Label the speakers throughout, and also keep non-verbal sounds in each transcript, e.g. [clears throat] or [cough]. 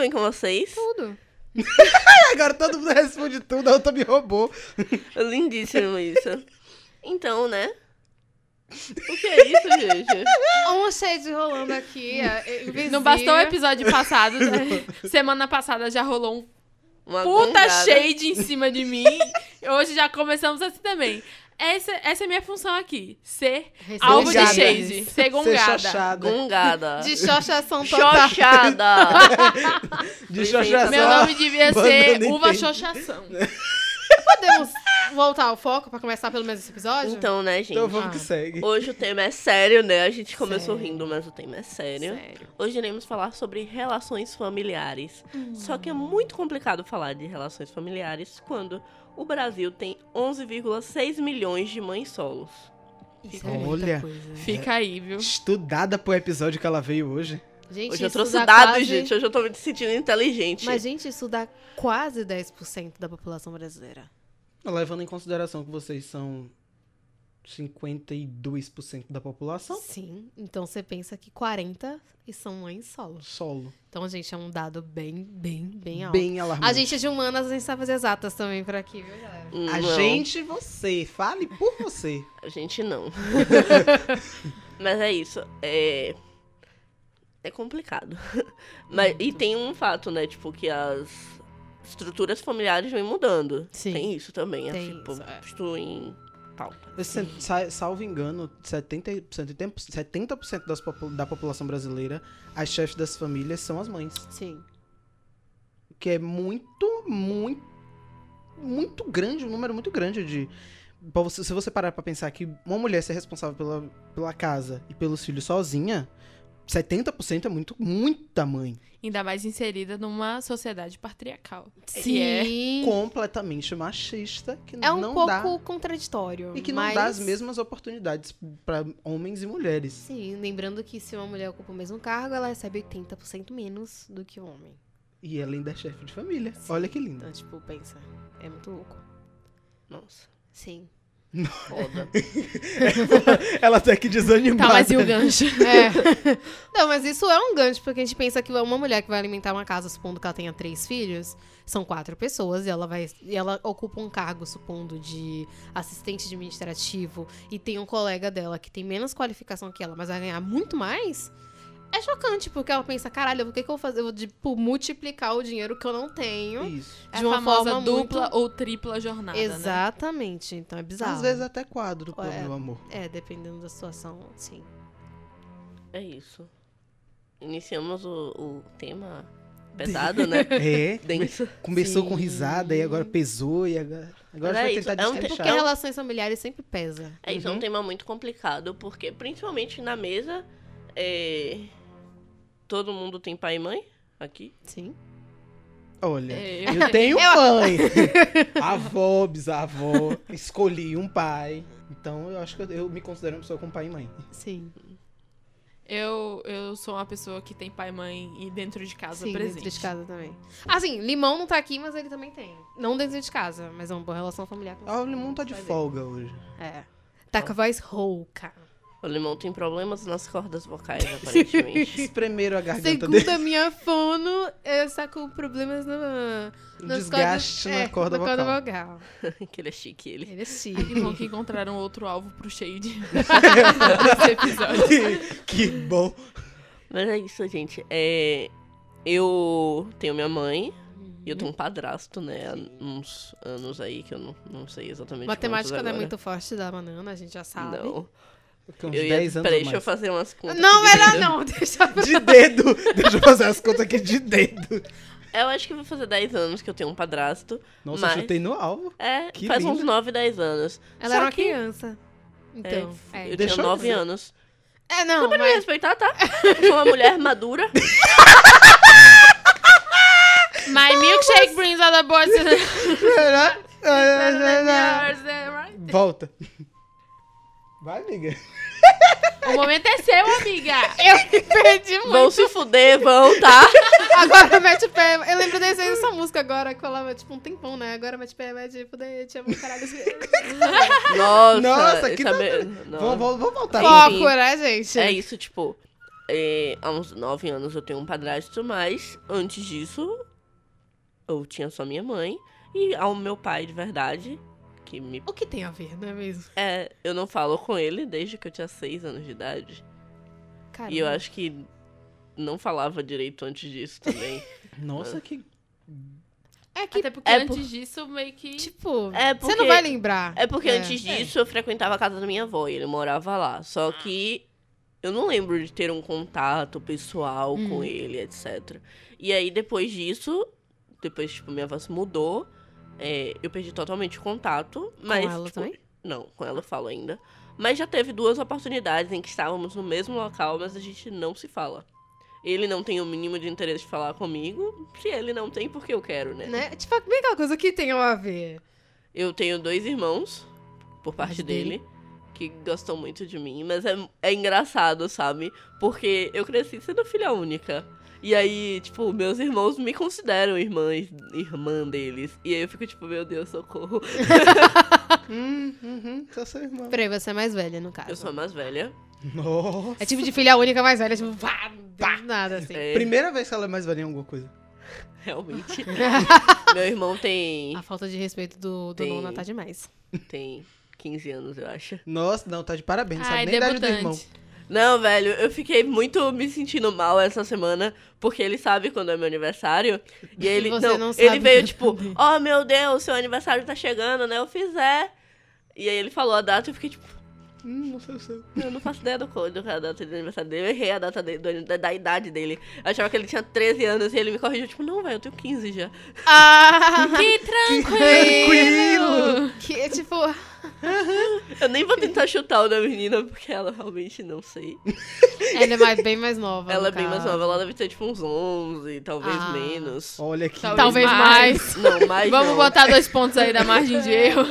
Speaker 1: bem com vocês?
Speaker 2: Tudo.
Speaker 3: Agora todo mundo responde tudo, a outra me roubou.
Speaker 1: Lindíssimo isso. Então, né? O que é isso, gente?
Speaker 2: Onça Um rolando aqui. é, invisível.
Speaker 4: Não bastou o episódio passado, né? semana passada já rolou um
Speaker 1: Uma
Speaker 4: puta
Speaker 1: gongada.
Speaker 4: shade em cima de mim. Hoje já começamos assim também. Essa, essa é a minha função aqui. Ser
Speaker 2: Recebi
Speaker 4: alvo de
Speaker 3: Gongada.
Speaker 4: shade. Ser
Speaker 3: Ser
Speaker 4: gongada.
Speaker 3: chachada.
Speaker 1: Gongada.
Speaker 2: De xoxação total.
Speaker 1: Xoxada.
Speaker 3: De chachação.
Speaker 4: Meu nome é devia
Speaker 3: Banana
Speaker 4: ser
Speaker 3: e
Speaker 4: Uva
Speaker 3: tem-
Speaker 4: Xoxação.
Speaker 2: Podemos voltar ao foco pra começar pelo menos esse episódio?
Speaker 1: [laughs] Então, né, gente?
Speaker 3: Então vamos
Speaker 2: Ah.
Speaker 3: que segue.
Speaker 1: Hoje o tema é sério, né? A gente começou
Speaker 4: Sério.
Speaker 1: rindo, mas o tema é sério. Hoje iremos falar sobre relações familiares. Só que é muito complicado falar de relações familiares quando o Brasil tem 11,6 milhões de mães solos.
Speaker 2: Isso é muita
Speaker 3: Olha.
Speaker 2: coisa.
Speaker 4: Fica aí, viu?
Speaker 3: Estudada pro episódio que ela veio hoje.
Speaker 2: Gente,
Speaker 1: Hoje eu
Speaker 2: isso
Speaker 1: trouxe
Speaker 2: dá
Speaker 1: dados,
Speaker 2: quase-
Speaker 1: gente. Hoje eu tô me sentindo inteligente.
Speaker 2: Mas, gente, isso dá quase 10% da população brasileira.
Speaker 3: Levando em consideração que vocês são 52% da população.
Speaker 2: Sim. Então você pensa que 40 e são mães solo.
Speaker 3: Solo.
Speaker 2: Então, gente, é um dado bem, bem, bem alto.
Speaker 3: Bem alarmante.
Speaker 2: A gente é de humanas, a gente sabe as exatas também por aqui, viu, galera?
Speaker 1: Hum,
Speaker 3: A
Speaker 1: não,
Speaker 3: gente, você. Fale por você.
Speaker 1: A gente
Speaker 2: [laughs]
Speaker 1: não. Mas é isso. É. É complicado. [laughs] Mas, e tem um fato, né? Tipo, que as estruturas familiares vêm mudando.
Speaker 2: Sim.
Speaker 1: Tem isso também.
Speaker 2: Tem
Speaker 1: é, tipo,
Speaker 2: isso, é.
Speaker 1: estou em pauta.
Speaker 3: [laughs] Esse, sa- salvo engano, 70%, 70% das popu- da população brasileira, as chefes das famílias são as mães.
Speaker 2: Sim.
Speaker 3: que é muito, muito, muito grande, um número muito grande de. pra você- se você parar pra pensar que uma mulher ser responsável pela, pela casa e pelos filhos sozinha, 70% é muito, muita mãe.
Speaker 4: Ainda mais inserida numa sociedade patriarcal.
Speaker 2: Sim.
Speaker 4: Que é
Speaker 3: Completamente machista, que
Speaker 2: É um
Speaker 3: não
Speaker 2: pouco
Speaker 3: dá.
Speaker 2: contraditório.
Speaker 3: E que
Speaker 2: mas...
Speaker 3: não dá as mesmas oportunidades pra homens e mulheres.
Speaker 2: Sim, lembrando que se uma mulher ocupa o mesmo cargo, ela recebe 80% menos do que o homem.
Speaker 3: E ela ainda é chefe de família.
Speaker 2: Sim.
Speaker 3: Olha que lindo.
Speaker 2: [laughs] Então, tipo, pensa, é muito louco.
Speaker 1: Nossa,
Speaker 2: Sim. [laughs]
Speaker 1: foda.
Speaker 3: ela tá aqui
Speaker 4: Tá,
Speaker 3: desanimada. [laughs]
Speaker 4: mas e o gancho?
Speaker 2: [laughs] É. não, mas isso é um gancho, porque a gente pensa que uma mulher que vai alimentar uma casa, supondo que ela tenha três filhos, são quatro pessoas, e ela vai. E ela ocupa um cargo, supondo, de assistente administrativo, e tem um colega dela que tem menos qualificação que ela, mas vai ganhar muito mais. É chocante, porque ela pensa, caralho, o que, que eu vou fazer? Eu vou, tipo, multiplicar o dinheiro que eu não tenho.
Speaker 3: Isso.
Speaker 4: É
Speaker 2: De uma
Speaker 4: a famosa
Speaker 2: forma
Speaker 4: dupla
Speaker 2: muito-
Speaker 4: ou tripla jornada, né?
Speaker 2: Exatamente. Então é bizarro.
Speaker 3: Às vezes até quadro,
Speaker 2: É. [laughs]
Speaker 3: meu amor.
Speaker 2: É, dependendo da situação, sim.
Speaker 1: É isso. Iniciamos o, o tema pesado,
Speaker 2: [laughs]
Speaker 1: né?
Speaker 3: É.
Speaker 1: Denso.
Speaker 3: Começou com
Speaker 2: Sim.
Speaker 3: risada e agora pesou e agora, agora
Speaker 1: Era
Speaker 3: vai
Speaker 1: isso,
Speaker 3: tentar
Speaker 1: é um te-
Speaker 2: Porque
Speaker 3: destrinchar.
Speaker 2: relações familiares sempre pesa.
Speaker 1: É isso, é
Speaker 3: Uhum.
Speaker 1: um tema muito complicado, porque principalmente na mesa, é, todo mundo tem pai e mãe aqui.
Speaker 2: Sim.
Speaker 3: Olha,
Speaker 4: É,
Speaker 1: [laughs]
Speaker 3: eu tenho
Speaker 2: Eu-
Speaker 3: mãe, avó, bisavó, escolhi um pai. Então eu acho que eu, eu me considero uma pessoa com pai e mãe.
Speaker 2: Sim.
Speaker 4: Eu, eu sou uma pessoa que tem pai e mãe e dentro de casa
Speaker 2: sim,
Speaker 4: presente.
Speaker 2: dentro de casa também. Assim, Limão não tá aqui, mas ele também tem. Não dentro de casa, mas é uma boa relação familiar com
Speaker 3: Ah, o Limão tá de
Speaker 2: Vai ver.
Speaker 3: folga hoje.
Speaker 2: É. Tá com a voz rouca.
Speaker 1: O limão tem problemas nas
Speaker 2: [laughs]
Speaker 1: cordas vocais, [laughs] aparentemente.
Speaker 3: Espremeram a garganta dele.
Speaker 2: Segundo a minha fono, eu tá com problemas na,
Speaker 3: Um
Speaker 2: nas
Speaker 3: desgaste
Speaker 2: cordas-
Speaker 3: na
Speaker 2: é,
Speaker 3: corda
Speaker 2: na
Speaker 3: vocal.
Speaker 2: vogal.
Speaker 1: que ele é chique, ele.
Speaker 2: Ele é
Speaker 4: Que bom
Speaker 2: chique.
Speaker 4: que encontraram outro alvo pro shade desse episódio.
Speaker 3: [laughs] que bom.
Speaker 1: Mas é isso, gente. É, eu tenho minha mãe e eu tenho um padrasto, né? Há uns anos aí que eu não, não sei exatamente
Speaker 2: Matemática
Speaker 1: quantos
Speaker 2: não é
Speaker 1: agora.
Speaker 2: muito forte da banana, a gente já sabe.
Speaker 1: Não.
Speaker 3: Tem Uns
Speaker 1: Eu ia...
Speaker 3: 10 anos
Speaker 1: Peraí,
Speaker 3: a
Speaker 1: deixa eu
Speaker 3: mais.
Speaker 1: fazer umas contas.
Speaker 2: Não,
Speaker 1: aqui de
Speaker 2: melhor
Speaker 1: dedo.
Speaker 2: não, deixa pra
Speaker 3: De dedo. [laughs] Deixa eu fazer as contas aqui de dedo.
Speaker 1: [laughs] Eu acho que vai fazer 10 anos que eu tenho um padrasto.
Speaker 3: Nossa,
Speaker 1: Mas-
Speaker 3: eu chutei no alvo. [laughs]
Speaker 1: É,
Speaker 3: Que
Speaker 1: faz
Speaker 3: lindo.
Speaker 1: uns 9, 10 anos.
Speaker 2: Ela
Speaker 1: Só
Speaker 2: era uma
Speaker 1: que-
Speaker 2: criança. Então, é.
Speaker 1: Eu
Speaker 3: Deixa
Speaker 1: tinha
Speaker 3: eu
Speaker 1: 9
Speaker 3: dizer.
Speaker 1: anos.
Speaker 2: É, não,
Speaker 1: Pra me
Speaker 2: mas...
Speaker 1: respeitar, tá? Eu [laughs] sou uma mulher madura.
Speaker 4: My milkshake brings out the boys to the-
Speaker 1: é
Speaker 2: é
Speaker 4: é
Speaker 2: né?
Speaker 4: né?
Speaker 3: Volta. Vai, amiga.
Speaker 4: O momento é seu, amiga.
Speaker 2: [laughs] Eu me perdi muito.
Speaker 1: vão se fuder, vão, tá?
Speaker 2: Agora mete o pé. Eu lembro desse, dessa música agora, que falava, tipo, um tempão, né? Agora mete o pé, mete, tipo, daí, te amo, caralho.
Speaker 1: [laughs] Nossa,
Speaker 3: Nossa, que
Speaker 1: sabe-
Speaker 3: Vamos,
Speaker 1: Nossa.
Speaker 3: vamos- vamos voltar.
Speaker 1: Ó,
Speaker 2: Foco, né, gente?
Speaker 1: É isso, tipo. é, há uns nove anos eu tenho um padrasto, mas antes disso eu tinha só minha mãe e ao meu pai de verdade, que me.
Speaker 2: O que tem a ver, não é mesmo?
Speaker 1: É, eu não falo com ele desde que eu tinha seis anos de idade.
Speaker 2: Cara,
Speaker 1: E eu acho que não falava direito antes disso também.
Speaker 3: Nossa, que.
Speaker 2: É que,
Speaker 4: Até porque
Speaker 1: é
Speaker 4: antes
Speaker 1: por-
Speaker 4: disso, meio que.
Speaker 2: tipo,
Speaker 1: É
Speaker 2: você
Speaker 1: porque-
Speaker 2: não vai lembrar.
Speaker 1: É porque
Speaker 2: É. Ah.
Speaker 1: antes disso eu frequentava a casa da minha avó e ele morava lá. Só que eu não lembro de ter um contato pessoal
Speaker 2: Hum.
Speaker 1: com ele, etc. E aí depois disso, depois, tipo, minha avó se mudou. é, eu perdi totalmente o contato. Mas,
Speaker 2: ela
Speaker 1: tipo,
Speaker 2: também?
Speaker 1: Não, com ela eu falo ainda. Mas já teve duas oportunidades em que estávamos no mesmo local, mas a gente não se fala. Ele não tem o mínimo de interesse de falar comigo. Se ele não tem, porque eu quero, né?
Speaker 2: Né? Tipo, bem aquela coisa que tem a ver.
Speaker 1: Eu tenho dois irmãos, por parte
Speaker 2: Parte dele.
Speaker 1: dele, que gostam muito de mim, mas é, é engraçado, sabe? Porque eu cresci sendo filha única. E aí, tipo, meus irmãos me consideram irmã, irmã deles. E aí eu fico tipo, meu Deus, socorro.
Speaker 3: Hum, uhum, tá seu irmão.
Speaker 2: Peraí, você é mais velha, no caso.
Speaker 1: Eu sou a mais velha.
Speaker 3: Nossa.
Speaker 2: É tipo de filha única mais velha, tipo, vá, pá, nada assim.
Speaker 1: É,
Speaker 3: Primeira vez que ela é mais velha em alguma coisa.
Speaker 1: realmente. Meu irmão tem,
Speaker 2: A falta de respeito do, do
Speaker 1: Tem.
Speaker 2: Nona tá demais.
Speaker 1: tem 15 anos, eu acho.
Speaker 3: Nossa, não, tá de parabéns. Sabe
Speaker 4: Ai,
Speaker 3: nem a idade do irmão.
Speaker 4: debutante.
Speaker 1: Não, velho, eu fiquei muito me sentindo mal essa semana, porque ele sabe quando é
Speaker 2: [laughs]
Speaker 1: meu aniversário. E ele.
Speaker 2: você
Speaker 1: não,
Speaker 2: não
Speaker 1: ele
Speaker 2: sabe
Speaker 1: veio
Speaker 2: quando é.
Speaker 1: tipo, oh meu Deus, seu aniversário tá chegando, né? Eu fizer. E aí ele falou a data e eu fiquei tipo,
Speaker 3: Hum, não sei o seu.
Speaker 1: eu não faço ideia do qual do que é a data do aniversário dele. Eu errei a data dele, do- da, da idade dele. Eu achava que ele tinha 13 anos e ele me corrigiu, tipo, não, velho, eu tenho 15 já.
Speaker 2: Ah!
Speaker 4: Que
Speaker 3: [laughs]
Speaker 4: tranquilo!
Speaker 2: Tranquilo! Que é tipo,
Speaker 1: Eu nem vou tentar chutar o da menina, porque ela realmente não sei.
Speaker 2: ela é mais- bem mais nova.
Speaker 1: Ela é
Speaker 2: no
Speaker 1: bem mais
Speaker 2: caso.
Speaker 1: nova, ela deve ter tipo uns 11, talvez
Speaker 2: Ah.
Speaker 1: menos.
Speaker 3: Olha aqui.
Speaker 2: Talvez
Speaker 4: Talvez
Speaker 2: mais.
Speaker 1: Não, mais
Speaker 4: Vamos
Speaker 1: não.
Speaker 4: botar dois pontos aí da margem de erro.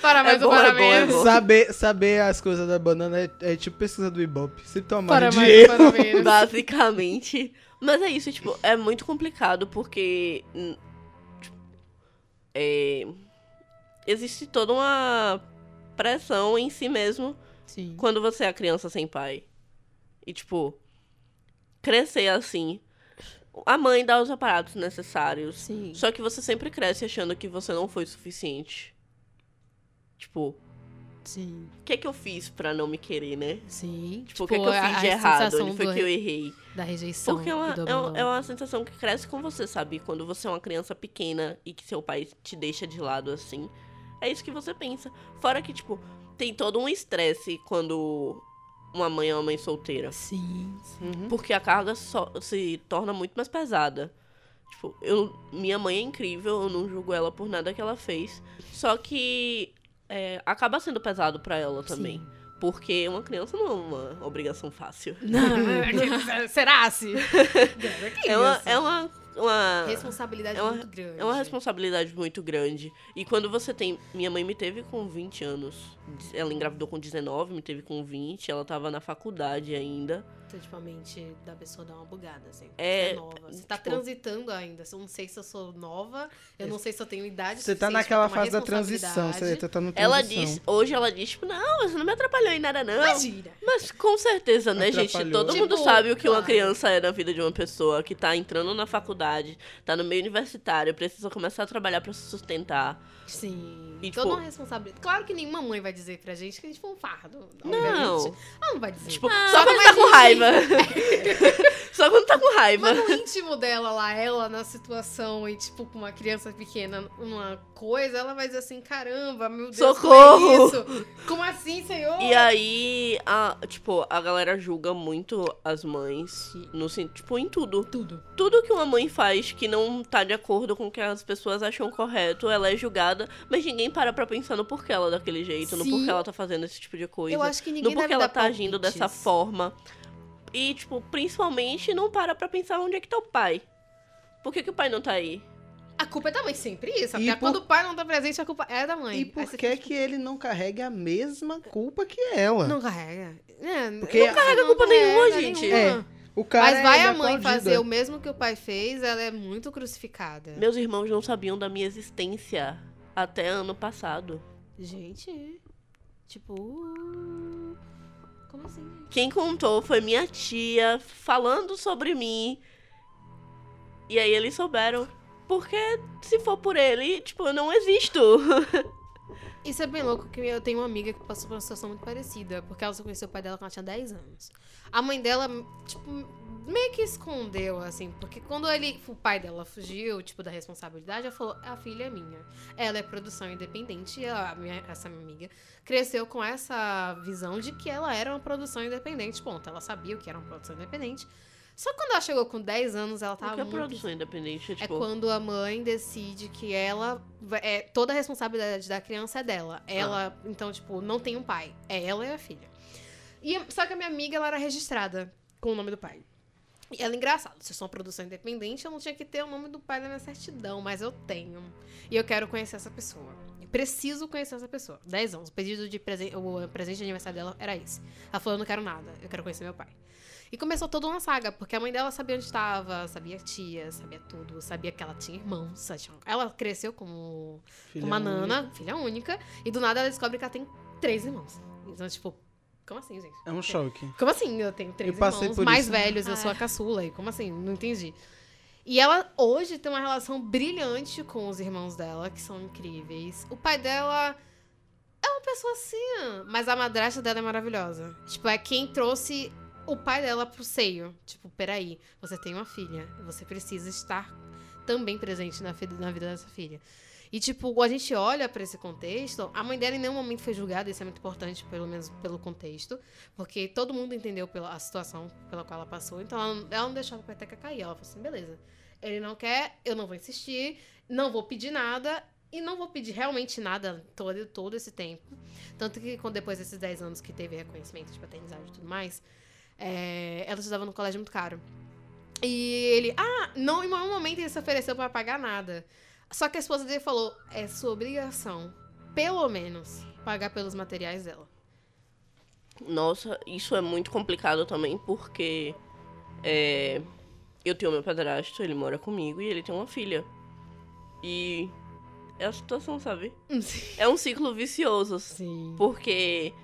Speaker 2: Para mais
Speaker 1: É bom,
Speaker 2: ou para
Speaker 1: é bom, é
Speaker 2: menos.
Speaker 1: bom.
Speaker 3: Saber, saber as coisas da banana é, é tipo pesquisa do Ibope. Sempre tem uma margem
Speaker 2: Para
Speaker 3: de
Speaker 2: mais ou
Speaker 3: erro.
Speaker 2: para menos.
Speaker 1: Basicamente. Mas é isso, tipo, é muito complicado porque. hum, tipo, é, existe toda uma pressão em si mesmo
Speaker 2: Sim.
Speaker 1: quando você é a criança sem pai. E, tipo, crescer assim. A mãe dá os aparatos necessários.
Speaker 2: Sim.
Speaker 1: Só que você sempre cresce achando que você não foi suficiente. Tipo,
Speaker 2: Sim.
Speaker 1: o que é que eu fiz pra não me querer, né?
Speaker 2: Sim.
Speaker 1: Tipo, o que é que eu fiz de errado? Onde foi que eu errei?
Speaker 2: Da rejeição.
Speaker 1: Porque é uma,
Speaker 2: e do
Speaker 1: é, uma, é
Speaker 2: abandono.
Speaker 1: uma sensação que cresce com você, sabe? Quando você é uma criança pequena e que seu pai te deixa de lado assim. É isso que você pensa. Fora que, tipo, tem todo um estresse quando uma mãe é uma mãe solteira.
Speaker 2: Sim. sim.
Speaker 3: Uhum.
Speaker 1: Porque a carga só se torna muito mais pesada. Tipo, eu, minha mãe é incrível, eu não julgo ela por nada que ela fez. Só que é, acaba sendo pesado pra ela também.
Speaker 2: Sim.
Speaker 1: Porque uma criança não é uma obrigação fácil. [laughs]
Speaker 2: Não. [laughs] Será se?
Speaker 1: É uma, é uma, uma
Speaker 2: responsabilidade
Speaker 1: é uma-
Speaker 2: muito grande.
Speaker 1: É uma responsabilidade muito grande. E quando você tem. Minha mãe me teve com 20 anos. Ela engravidou com 19, me teve com 20. Ela tava na faculdade ainda.
Speaker 2: Então, tipo, a mente da pessoa dá uma bugada, assim.
Speaker 1: É,
Speaker 2: Você é nova. Você tá
Speaker 1: tipo-
Speaker 2: transitando ainda. Eu não sei se eu sou nova, eu não sei se eu tenho idade
Speaker 3: Você tá
Speaker 2: suficiente
Speaker 3: naquela
Speaker 2: pra tomar
Speaker 3: fase da transição. Você
Speaker 2: responsabilidade.
Speaker 3: tá, tá no
Speaker 1: Ela
Speaker 3: transição.
Speaker 1: diz. Hoje ela diz, tipo, não, você não me atrapalhou em nada, não.
Speaker 2: Imagina!
Speaker 1: Mas com certeza, né, gente?
Speaker 3: Atrapalhou.
Speaker 1: Todo
Speaker 2: Tipo,
Speaker 1: mundo sabe o que uma
Speaker 2: claro.
Speaker 1: criança é na vida de uma pessoa que tá entrando na faculdade, tá no meio universitário, precisa começar a trabalhar pra se sustentar.
Speaker 2: Sim.
Speaker 1: E,
Speaker 2: Toda
Speaker 1: tipo-
Speaker 2: uma responsabilidade. Claro que nenhuma mãe vai dizer pra gente que a gente foi um fardo.
Speaker 1: Não.
Speaker 2: obviamente. Ela não vai dizer.
Speaker 1: Tipo,
Speaker 4: Ah,
Speaker 1: só quando
Speaker 2: mas
Speaker 1: tá com
Speaker 2: gente-
Speaker 1: raiva. [laughs] só quando tá com raiva.
Speaker 2: Mas no íntimo dela lá, ela na situação e, tipo, com uma criança pequena, uma coisa, ela vai dizer assim, caramba, meu Deus,
Speaker 1: Socorro!
Speaker 2: Como, é isso? como assim, senhor?
Speaker 1: E aí, a- tipo, a galera julga muito as mães. No, sen- tipo, em tudo.
Speaker 2: Tudo.
Speaker 1: Tudo que uma mãe faz que não tá de acordo com o que as pessoas acham correto, ela é julgada, mas ninguém para pra pensar no porquê ela é daquele jeito, no
Speaker 2: Sim.
Speaker 1: porquê ela tá fazendo esse tipo de coisa.
Speaker 2: Eu acho que
Speaker 1: no
Speaker 2: ninguém
Speaker 1: porquê
Speaker 2: deve
Speaker 1: ela
Speaker 2: dar
Speaker 1: tá agindo
Speaker 2: palpites.
Speaker 1: dessa forma. E, tipo, principalmente não para pra pensar onde é que tá o pai. Por que, que o pai não tá aí?
Speaker 2: A culpa é da mãe, sempre isso.
Speaker 3: E
Speaker 2: Até
Speaker 3: por-
Speaker 2: quando o pai não tá presente, a culpa é da mãe.
Speaker 3: E
Speaker 2: Aí
Speaker 3: por
Speaker 2: você
Speaker 3: que
Speaker 2: fica,
Speaker 3: que ele não carrega a mesma culpa que ela?
Speaker 2: tipo, Não carrega. É,
Speaker 3: Porque É,
Speaker 2: não
Speaker 1: carrega culpa nenhuma, gente.
Speaker 2: nenhuma.
Speaker 3: o cara
Speaker 2: Mas vai
Speaker 3: ele é
Speaker 2: a mãe
Speaker 3: aplaudido,
Speaker 2: fazer
Speaker 3: é.
Speaker 2: o mesmo que o pai fez, ela é muito crucificada.
Speaker 1: Meus irmãos não sabiam da minha existência até ano passado.
Speaker 2: Gente, tipo.
Speaker 4: Como assim, gente?
Speaker 1: Quem contou foi minha tia falando sobre mim. E aí eles souberam. Porque se for por ele, tipo, eu não existo.
Speaker 2: Isso é bem louco, que eu tenho uma amiga que passou por uma situação muito parecida, porque ela só conheceu o pai dela quando ela tinha 10 anos. A mãe dela, tipo, meio que escondeu, assim, porque quando ele, o pai dela fugiu, tipo, da responsabilidade, ela falou, a filha é minha. Ela é produção independente, e ela, a minha- essa minha amiga cresceu com essa visão de que ela era uma produção independente, ponto. Ela sabia o que era uma produção independente. Só quando ela chegou com 10 anos, ela
Speaker 1: Porque
Speaker 2: tava Tá
Speaker 1: a
Speaker 2: muito
Speaker 1: produção independente é
Speaker 2: é
Speaker 1: tipo.
Speaker 2: quando a mãe decide que ela. vai- É, toda a responsabilidade da criança é dela. Ela, então, tipo, não tem um pai. É ela e a filha. E, só que a minha amiga, ela era registrada com o nome do pai. E ela é engraçada. Se eu sou uma produção independente, eu não tinha que ter o nome do pai na minha certidão, mas eu tenho. E eu quero conhecer essa pessoa. Eu Preciso conhecer essa pessoa. 10 anos. O pedido de presente, o presente de aniversário dela era esse. Ela falou: eu não quero nada, eu quero conhecer meu pai. E começou toda uma saga, porque a mãe dela sabia onde estava, sabia a tia, sabia tudo, sabia que ela tinha irmãos. ela tinha- Ela cresceu como
Speaker 3: Filha
Speaker 2: uma
Speaker 3: única.
Speaker 2: nana, filha única, e do nada ela descobre que ela tem três irmãos. Então, tipo, como assim, gente?
Speaker 3: É um choque.
Speaker 2: Como assim? Eu tenho três
Speaker 3: Eu passei
Speaker 2: irmãos
Speaker 3: por
Speaker 2: mais
Speaker 3: isso.
Speaker 2: velhos, eu sou a caçula. E como assim? Não entendi. E ela hoje tem uma relação brilhante com os irmãos dela, que são incríveis. O pai dela é uma pessoa assim, mas a madrasta dela é maravilhosa. Tipo, é quem trouxe o pai dela pro seio. Tipo, peraí, você tem uma filha, você precisa estar também presente na, fi- na vida dessa filha. E, tipo, a gente olha pra esse contexto, a mãe dela em nenhum momento foi julgada, isso é muito importante, pelo menos pelo contexto. Porque todo mundo entendeu pela, a situação pela qual ela passou, então ela, não- ela não deixou a peteca cair. Ela falou assim: beleza, ele não quer, eu não vou insistir, não vou pedir nada, e não vou pedir realmente nada todo, todo esse tempo. Tanto que quando, depois desses 10 anos que teve reconhecimento de paternidade e tudo mais, é, ela estudava num colégio muito caro. E ele, ah, não, em nenhum momento ele se ofereceu pra pagar nada. Só que a esposa dele falou: é sua obrigação, pelo menos, pagar pelos materiais dela. [laughs]
Speaker 1: Nossa, isso é muito complicado também, porque é, eu tenho meu padrasto, ele mora comigo e ele tem uma filha. E é a situação, sabe? É um ciclo vicioso,
Speaker 2: Sim.
Speaker 1: porque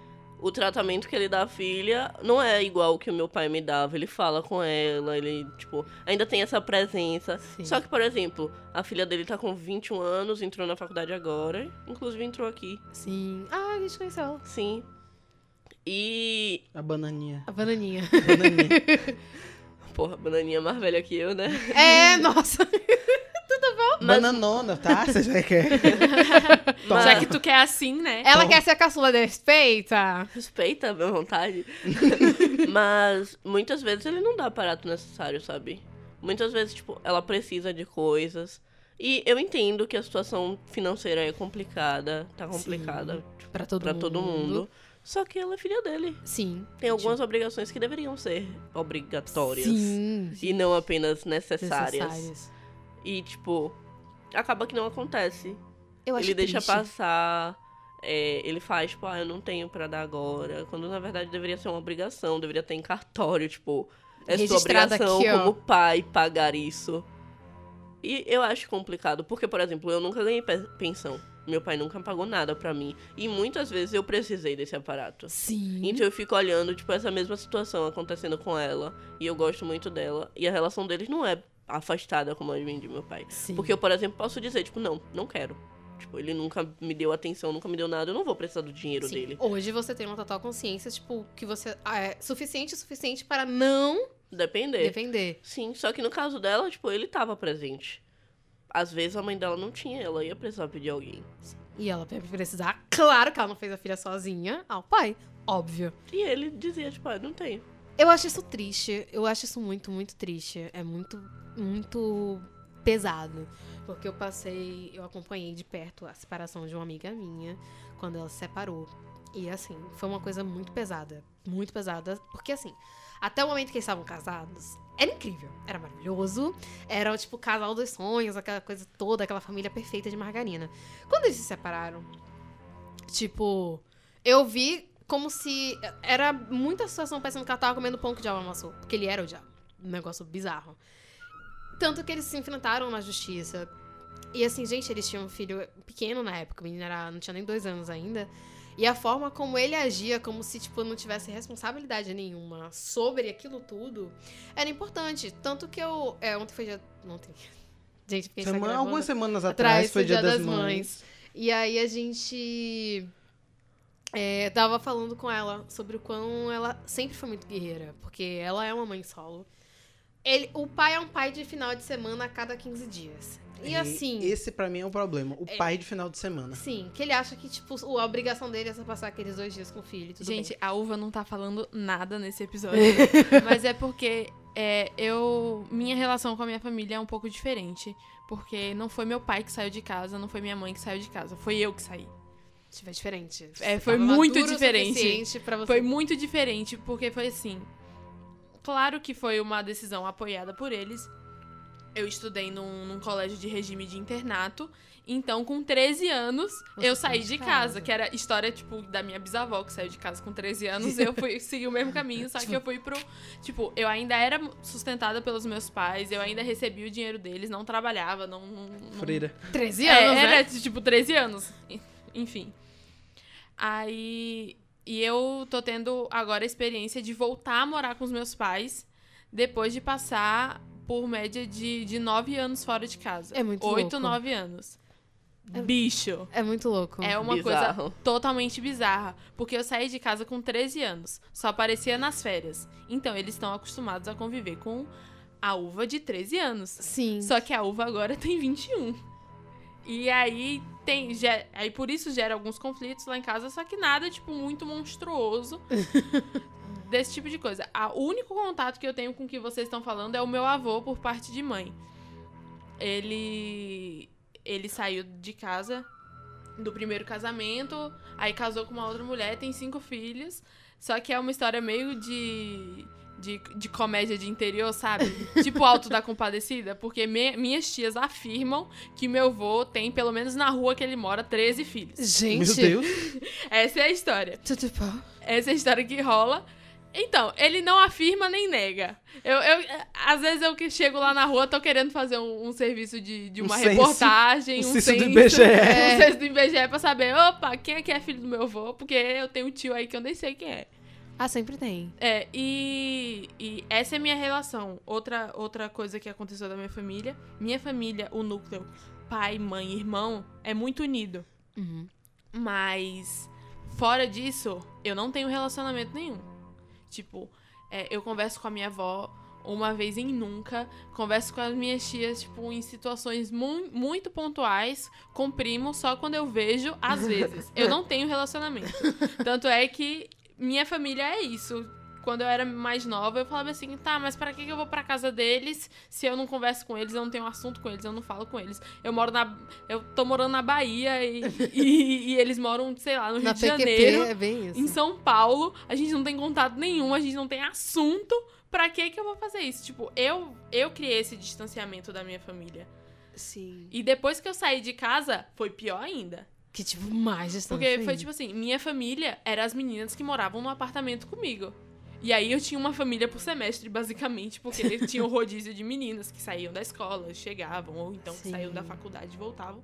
Speaker 1: o tratamento que ele dá à filha não é igual ao que o meu pai me dava. Ele fala com ela, ele, tipo, ainda tem essa presença.
Speaker 2: Sim.
Speaker 1: Só que, por exemplo, a filha dele tá com 21 anos, entrou na faculdade agora, inclusive entrou aqui.
Speaker 2: Sim. Ah, a gente conheceu ela.
Speaker 1: Sim. E
Speaker 3: A
Speaker 2: [laughs]
Speaker 3: bananinha.
Speaker 2: A bananinha.
Speaker 3: A bananinha.
Speaker 1: Porra, a bananinha é mais velha que eu, né?
Speaker 2: [laughs] é, nossa.
Speaker 3: Bananona, tá? Você já quer. Toma.
Speaker 4: Já que tu quer assim, né?
Speaker 2: Ela
Speaker 3: Então-
Speaker 2: quer ser a caçula da respeita.
Speaker 1: Respeita a minha vontade.
Speaker 2: [laughs]
Speaker 1: Mas muitas vezes ele não dá aparato necessário, sabe? Muitas vezes, tipo, ela precisa de coisas. E eu entendo que a situação financeira é complicada, tá complicada
Speaker 2: Pra todo
Speaker 1: pra
Speaker 2: mundo.
Speaker 1: todo mundo. Só que ela é filha dele.
Speaker 2: Sim.
Speaker 1: Tem algumas obrigações que deveriam ser obrigatórias.
Speaker 2: Sim.
Speaker 1: E não apenas necessárias.
Speaker 2: Necessárias.
Speaker 1: E, tipo, acaba que não acontece.
Speaker 2: Eu acho
Speaker 1: ele deixa
Speaker 2: triste.
Speaker 1: passar. é, ele faz, tipo, ah, eu não tenho pra dar agora. Quando na verdade deveria ser uma obrigação, deveria ter em cartório, tipo, é sua
Speaker 2: Registrado
Speaker 1: obrigação
Speaker 2: aqui, ó.
Speaker 1: como pai pagar isso. E eu acho complicado, porque, por exemplo, eu nunca ganhei pe- pensão. Meu pai nunca pagou nada pra mim. E muitas vezes eu precisei desse aparato.
Speaker 2: Sim.
Speaker 1: Então eu fico olhando, tipo, essa mesma situação acontecendo com ela. E eu gosto muito dela. E a relação deles não é afastada como a de mim e de meu pai.
Speaker 2: Sim.
Speaker 1: Porque eu, por exemplo, posso dizer, tipo, não, não quero. Tipo, ele nunca me deu atenção, nunca me deu nada, eu não vou precisar do dinheiro
Speaker 2: Sim.
Speaker 1: dele.
Speaker 2: Hoje você tem uma total consciência, tipo, que você ah, é suficiente o suficiente para não
Speaker 1: Depender.
Speaker 2: defender.
Speaker 1: Sim, só que no caso dela, tipo, ele tava presente. Às vezes a mãe dela não tinha, ela ia precisar pedir alguém.
Speaker 2: E ela vai precisar. Claro que ela não fez a filha sozinha ao pai. Óbvio.
Speaker 1: E ele dizia, tipo, ah, não tem.
Speaker 2: Eu acho isso triste. Eu acho isso muito, muito triste. É muito, muito pesado. Porque eu passei, eu acompanhei de perto a separação de uma amiga minha quando ela se separou. E assim, foi uma coisa muito pesada. Muito pesada. Porque assim, até o momento que eles estavam casados, era incrível. Era maravilhoso. Era tipo o casal dos sonhos, aquela coisa toda, aquela família perfeita de margarina. Quando eles se separaram, tipo, eu vi como se. Era muita situação parecendo que ela tava comendo pão que o diabo amassou. Porque ele era o diabo. Um negócio bizarro. Tanto que eles se enfrentaram na justiça. E assim, gente, eles tinham um filho pequeno na época. O menino era, não tinha nem dois anos ainda. E a forma como ele agia, como se, tipo, não tivesse responsabilidade nenhuma sobre aquilo tudo, era importante. Tanto que eu. É, ontem foi dia. Ontem. [laughs] Gente, fiquei
Speaker 3: Semana-
Speaker 2: Semana,
Speaker 3: algumas semanas
Speaker 2: é Atrás
Speaker 3: atrás,
Speaker 2: foi
Speaker 3: foi
Speaker 2: Dia
Speaker 3: Dia,
Speaker 2: das
Speaker 3: das, Mães.
Speaker 2: E aí a gente é, tava falando com ela sobre o quão ela sempre foi muito guerreira, porque ela é uma mãe solo. Ele, o pai é um pai de final de semana a cada 15 dias. E assim,
Speaker 3: Esse pra mim é o problema. O pai de final de semana.
Speaker 2: sim, que ele acha que, tipo, a obrigação dele é só passar aqueles dois dias com o filho. e Tudo
Speaker 4: Gente,
Speaker 2: bem.
Speaker 4: a uva não tá falando nada nesse [laughs] episódio. mas é porque é, eu. Minha relação com a minha família é um pouco diferente. Porque não foi meu pai que saiu de casa, não foi minha mãe que saiu de casa. Foi eu que saí.
Speaker 2: Foi Tipo, diferente.
Speaker 4: É,
Speaker 2: Você
Speaker 4: foi
Speaker 2: tava
Speaker 4: muito
Speaker 2: maduro o
Speaker 4: diferente.
Speaker 2: suficiente Pra você...
Speaker 4: Foi muito diferente, porque foi assim. Claro que foi uma decisão apoiada por eles. Eu estudei num, num colégio de regime de internato. Então, com 13 anos,
Speaker 2: Você saiu
Speaker 4: eu saí
Speaker 2: de
Speaker 4: de casa,
Speaker 2: casa.
Speaker 4: Que era história, tipo, da minha bisavó, que saiu de casa com 13 anos.
Speaker 2: [laughs]
Speaker 4: eu fui seguir o mesmo caminho, só que eu fui pro... Tipo, eu ainda era sustentada pelos meus pais. Eu ainda recebia o dinheiro deles. Não trabalhava, não... não, não-
Speaker 3: Freira.
Speaker 2: 13
Speaker 4: é,
Speaker 2: anos, né?
Speaker 4: Era, tipo, 13 anos. Enfim. Aí... E eu tô tendo agora a experiência de voltar a morar com os meus pais depois de passar por média de, de 9 anos fora de casa.
Speaker 2: É muito
Speaker 4: 8,
Speaker 2: louco.
Speaker 4: 9 anos. Bicho.
Speaker 2: É muito louco.
Speaker 4: É uma coisa
Speaker 1: Bizarro.
Speaker 4: totalmente bizarra. Porque eu saí de casa com 13 anos. Só aparecia nas férias. Então, eles estão acostumados a conviver com a uva de 13 anos.
Speaker 2: Sim.
Speaker 4: Só que a uva agora tem 21. E aí tem. ge- Aí por isso gera alguns conflitos lá em casa, só que nada, tipo, muito monstruoso desse tipo de coisa. A- O único contato que eu tenho com o que vocês estão falando é o meu avô por parte de mãe. Ele. Ele saiu de casa do primeiro casamento, aí casou com uma outra mulher, tem cinco filhos. Só que é uma história meio de. De, de comédia de interior, sabe? tipo Alto da Compadecida, porque me- minhas tias afirmam que meu avô tem, pelo menos na rua que ele mora, 13 filhos.
Speaker 2: Gente. tipo,
Speaker 3: Meu Deus.
Speaker 4: Essa é a história.
Speaker 2: tudo bom?
Speaker 4: Essa é a história que rola. Então, ele não afirma nem nega. Eu, eu- às vezes eu que chego lá na rua, tô querendo fazer um, um serviço de, de
Speaker 3: Um
Speaker 4: uma
Speaker 3: censo.
Speaker 4: reportagem,
Speaker 3: Um
Speaker 4: um,
Speaker 3: censo do
Speaker 4: censo.
Speaker 3: IBGE.
Speaker 4: Um censo do IBGE pra saber, opa, quem é que é filho do meu avô? Porque eu tenho um tio aí que eu nem sei quem é.
Speaker 2: Ah, sempre tem.
Speaker 4: É, e, e essa é a minha relação. Outra, outra coisa que aconteceu da minha família, minha família, o núcleo, pai, mãe, irmão, é muito unido.
Speaker 2: Uhum.
Speaker 4: Mas fora disso, eu não tenho relacionamento nenhum. Tipo, é, eu converso com a minha avó uma vez em nunca, converso com as minhas tias, tipo, em situações mu- muito pontuais, com primo, só quando eu vejo, às vezes. Eu não tenho relacionamento. Tanto é que minha família é isso. Quando eu era mais nova, eu falava assim, tá, mas pra que que eu vou pra casa deles se eu não converso com eles, eu não tenho assunto com eles, eu não falo com eles. Eu moro na eu tô morando na Bahia e, e- e eles moram, sei lá, no Rio
Speaker 2: Na
Speaker 4: de
Speaker 2: PQP
Speaker 4: Janeiro,
Speaker 2: é bem isso.
Speaker 4: em São Paulo. A gente não tem contato nenhum, a gente não tem assunto. Pra que que eu vou fazer isso? Tipo, eu, eu criei esse distanciamento da minha família.
Speaker 2: Sim.
Speaker 4: E depois que eu saí de casa, foi pior ainda.
Speaker 2: Que, tipo, mais distante.
Speaker 4: Porque foi
Speaker 2: ainda.
Speaker 4: tipo assim, minha família eram as meninas que moravam no apartamento comigo. E aí eu tinha uma família por semestre, basicamente, porque
Speaker 2: [laughs]
Speaker 4: tinha um rodízio de meninas que saíam da escola, chegavam, ou então que
Speaker 2: Sim.
Speaker 4: saíam da faculdade e voltavam.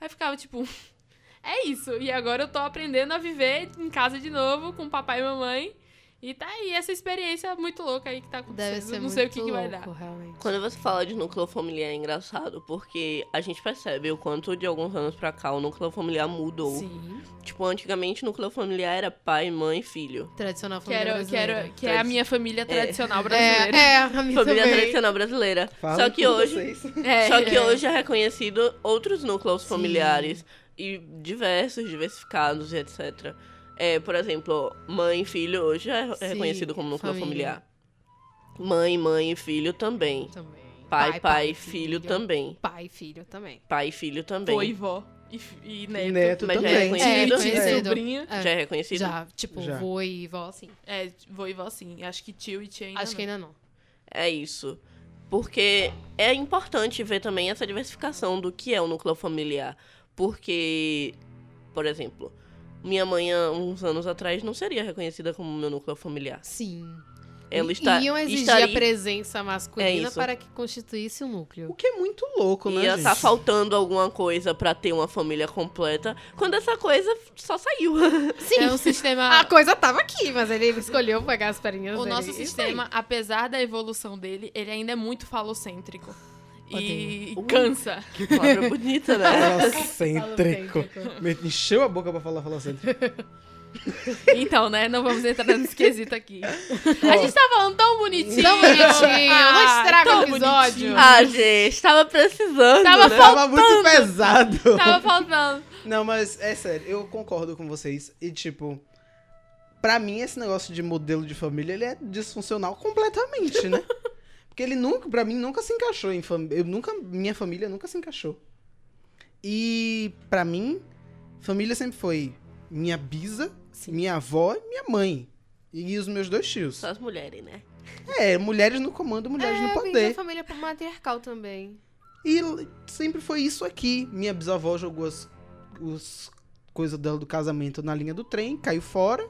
Speaker 4: Aí ficava tipo, [laughs] é isso. E agora eu tô aprendendo a viver em casa de novo, com papai e mamãe. E tá aí essa experiência muito louca aí que tá acontecendo.
Speaker 2: Deve ser
Speaker 4: Não
Speaker 2: muito
Speaker 4: sei o que, que
Speaker 2: louco,
Speaker 4: vai dar.
Speaker 2: realmente.
Speaker 1: Quando você fala de núcleo familiar é engraçado, porque a gente percebe o quanto de alguns anos pra cá o núcleo familiar mudou.
Speaker 2: Sim.
Speaker 1: Tipo, antigamente o núcleo familiar era pai, mãe, filho.
Speaker 2: Tradicional família
Speaker 4: Quero,
Speaker 2: brasileira.
Speaker 4: quero, que é a minha família tradicional brasileira.
Speaker 2: [laughs] É, é, a minha
Speaker 1: Família
Speaker 2: também.
Speaker 1: tradicional brasileira.
Speaker 3: Fala
Speaker 1: Só que
Speaker 3: com
Speaker 1: hoje.
Speaker 3: vocês.
Speaker 4: É,
Speaker 1: Só que
Speaker 4: é.
Speaker 1: hoje é reconhecido outros núcleos
Speaker 2: Sim.
Speaker 1: familiares e diversos, diversificados e etc. É, por exemplo, mãe e filho hoje é
Speaker 2: Sim,
Speaker 1: reconhecido como núcleo
Speaker 2: família.
Speaker 1: familiar. Mãe, mãe e filho também.
Speaker 2: Também.
Speaker 1: Pai, pai, filho, também.
Speaker 2: Pai e filho também.
Speaker 1: Pai e filho também.
Speaker 4: Foi vó e, fi- e neto.
Speaker 3: E Neto
Speaker 1: Mas já é
Speaker 3: também.
Speaker 1: conhecido.
Speaker 4: Tia, tia,
Speaker 2: conhecido.
Speaker 4: sobrinha.
Speaker 2: É,
Speaker 1: Já é reconhecido?
Speaker 2: Já, tipo,
Speaker 3: Já.
Speaker 2: vô e vó, sim.
Speaker 4: É, vou e vó sim. Acho que tio e tia ainda
Speaker 2: Acho que
Speaker 4: não.
Speaker 2: ainda não.
Speaker 1: É isso. Porque é importante ver também essa diversificação do que é o núcleo familiar. Porque, por exemplo, minha mãe há uns anos atrás não seria reconhecida como meu núcleo familiar.
Speaker 2: Sim.
Speaker 1: Ela está,
Speaker 2: Iam exigir a
Speaker 1: estaria-
Speaker 2: presença masculina
Speaker 4: É
Speaker 1: isso.
Speaker 2: para que constituísse um núcleo.
Speaker 3: O que é muito louco, né,
Speaker 1: ia
Speaker 3: gente?
Speaker 1: tá faltando alguma coisa pra ter uma família completa, quando essa coisa só saiu.
Speaker 2: Sim, [laughs]
Speaker 4: É um sistema.
Speaker 2: a coisa tava aqui, mas ele escolheu pegar as farinhas
Speaker 4: o
Speaker 2: dele
Speaker 4: nosso
Speaker 2: e foi.
Speaker 4: sistema, apesar da evolução dele, ele ainda é muito falocêntrico. E
Speaker 1: Odeio.
Speaker 4: cansa.
Speaker 1: [laughs] que palavra bonita, né?
Speaker 3: Falocêntrico.
Speaker 2: Falocêntrico.
Speaker 3: é Me encheu a boca pra falar falocêntrico.
Speaker 4: Então, né? Não vamos entrar
Speaker 2: [laughs]
Speaker 4: nesse quesito aqui. A gente tá falando tão bonitinho.
Speaker 2: Tão bonitinho, não estraga
Speaker 4: tão
Speaker 2: o episódio.
Speaker 4: bonitinho.
Speaker 1: [laughs] Ah, gente, tava precisando.
Speaker 4: Tava
Speaker 1: né?
Speaker 3: Tava muito pesado.
Speaker 4: Tava faltando.
Speaker 3: Não, mas é sério, eu concordo com vocês. E tipo, pra mim esse negócio de modelo de família, ele é disfuncional completamente, né? Porque ele nunca, pra mim, nunca se encaixou em família. nunca, minha família nunca se encaixou. E pra mim, família sempre foi minha bisa, minha avó e minha mãe. E os meus dois tios.
Speaker 1: Só as mulheres, né?
Speaker 3: É, mulheres no comando, mulheres no
Speaker 2: É, minha
Speaker 3: poder.
Speaker 2: família matriarcal também.
Speaker 3: E l- sempre foi isso aqui. Minha bisavó jogou as, os coisas dela do casamento na linha do trem, caiu fora,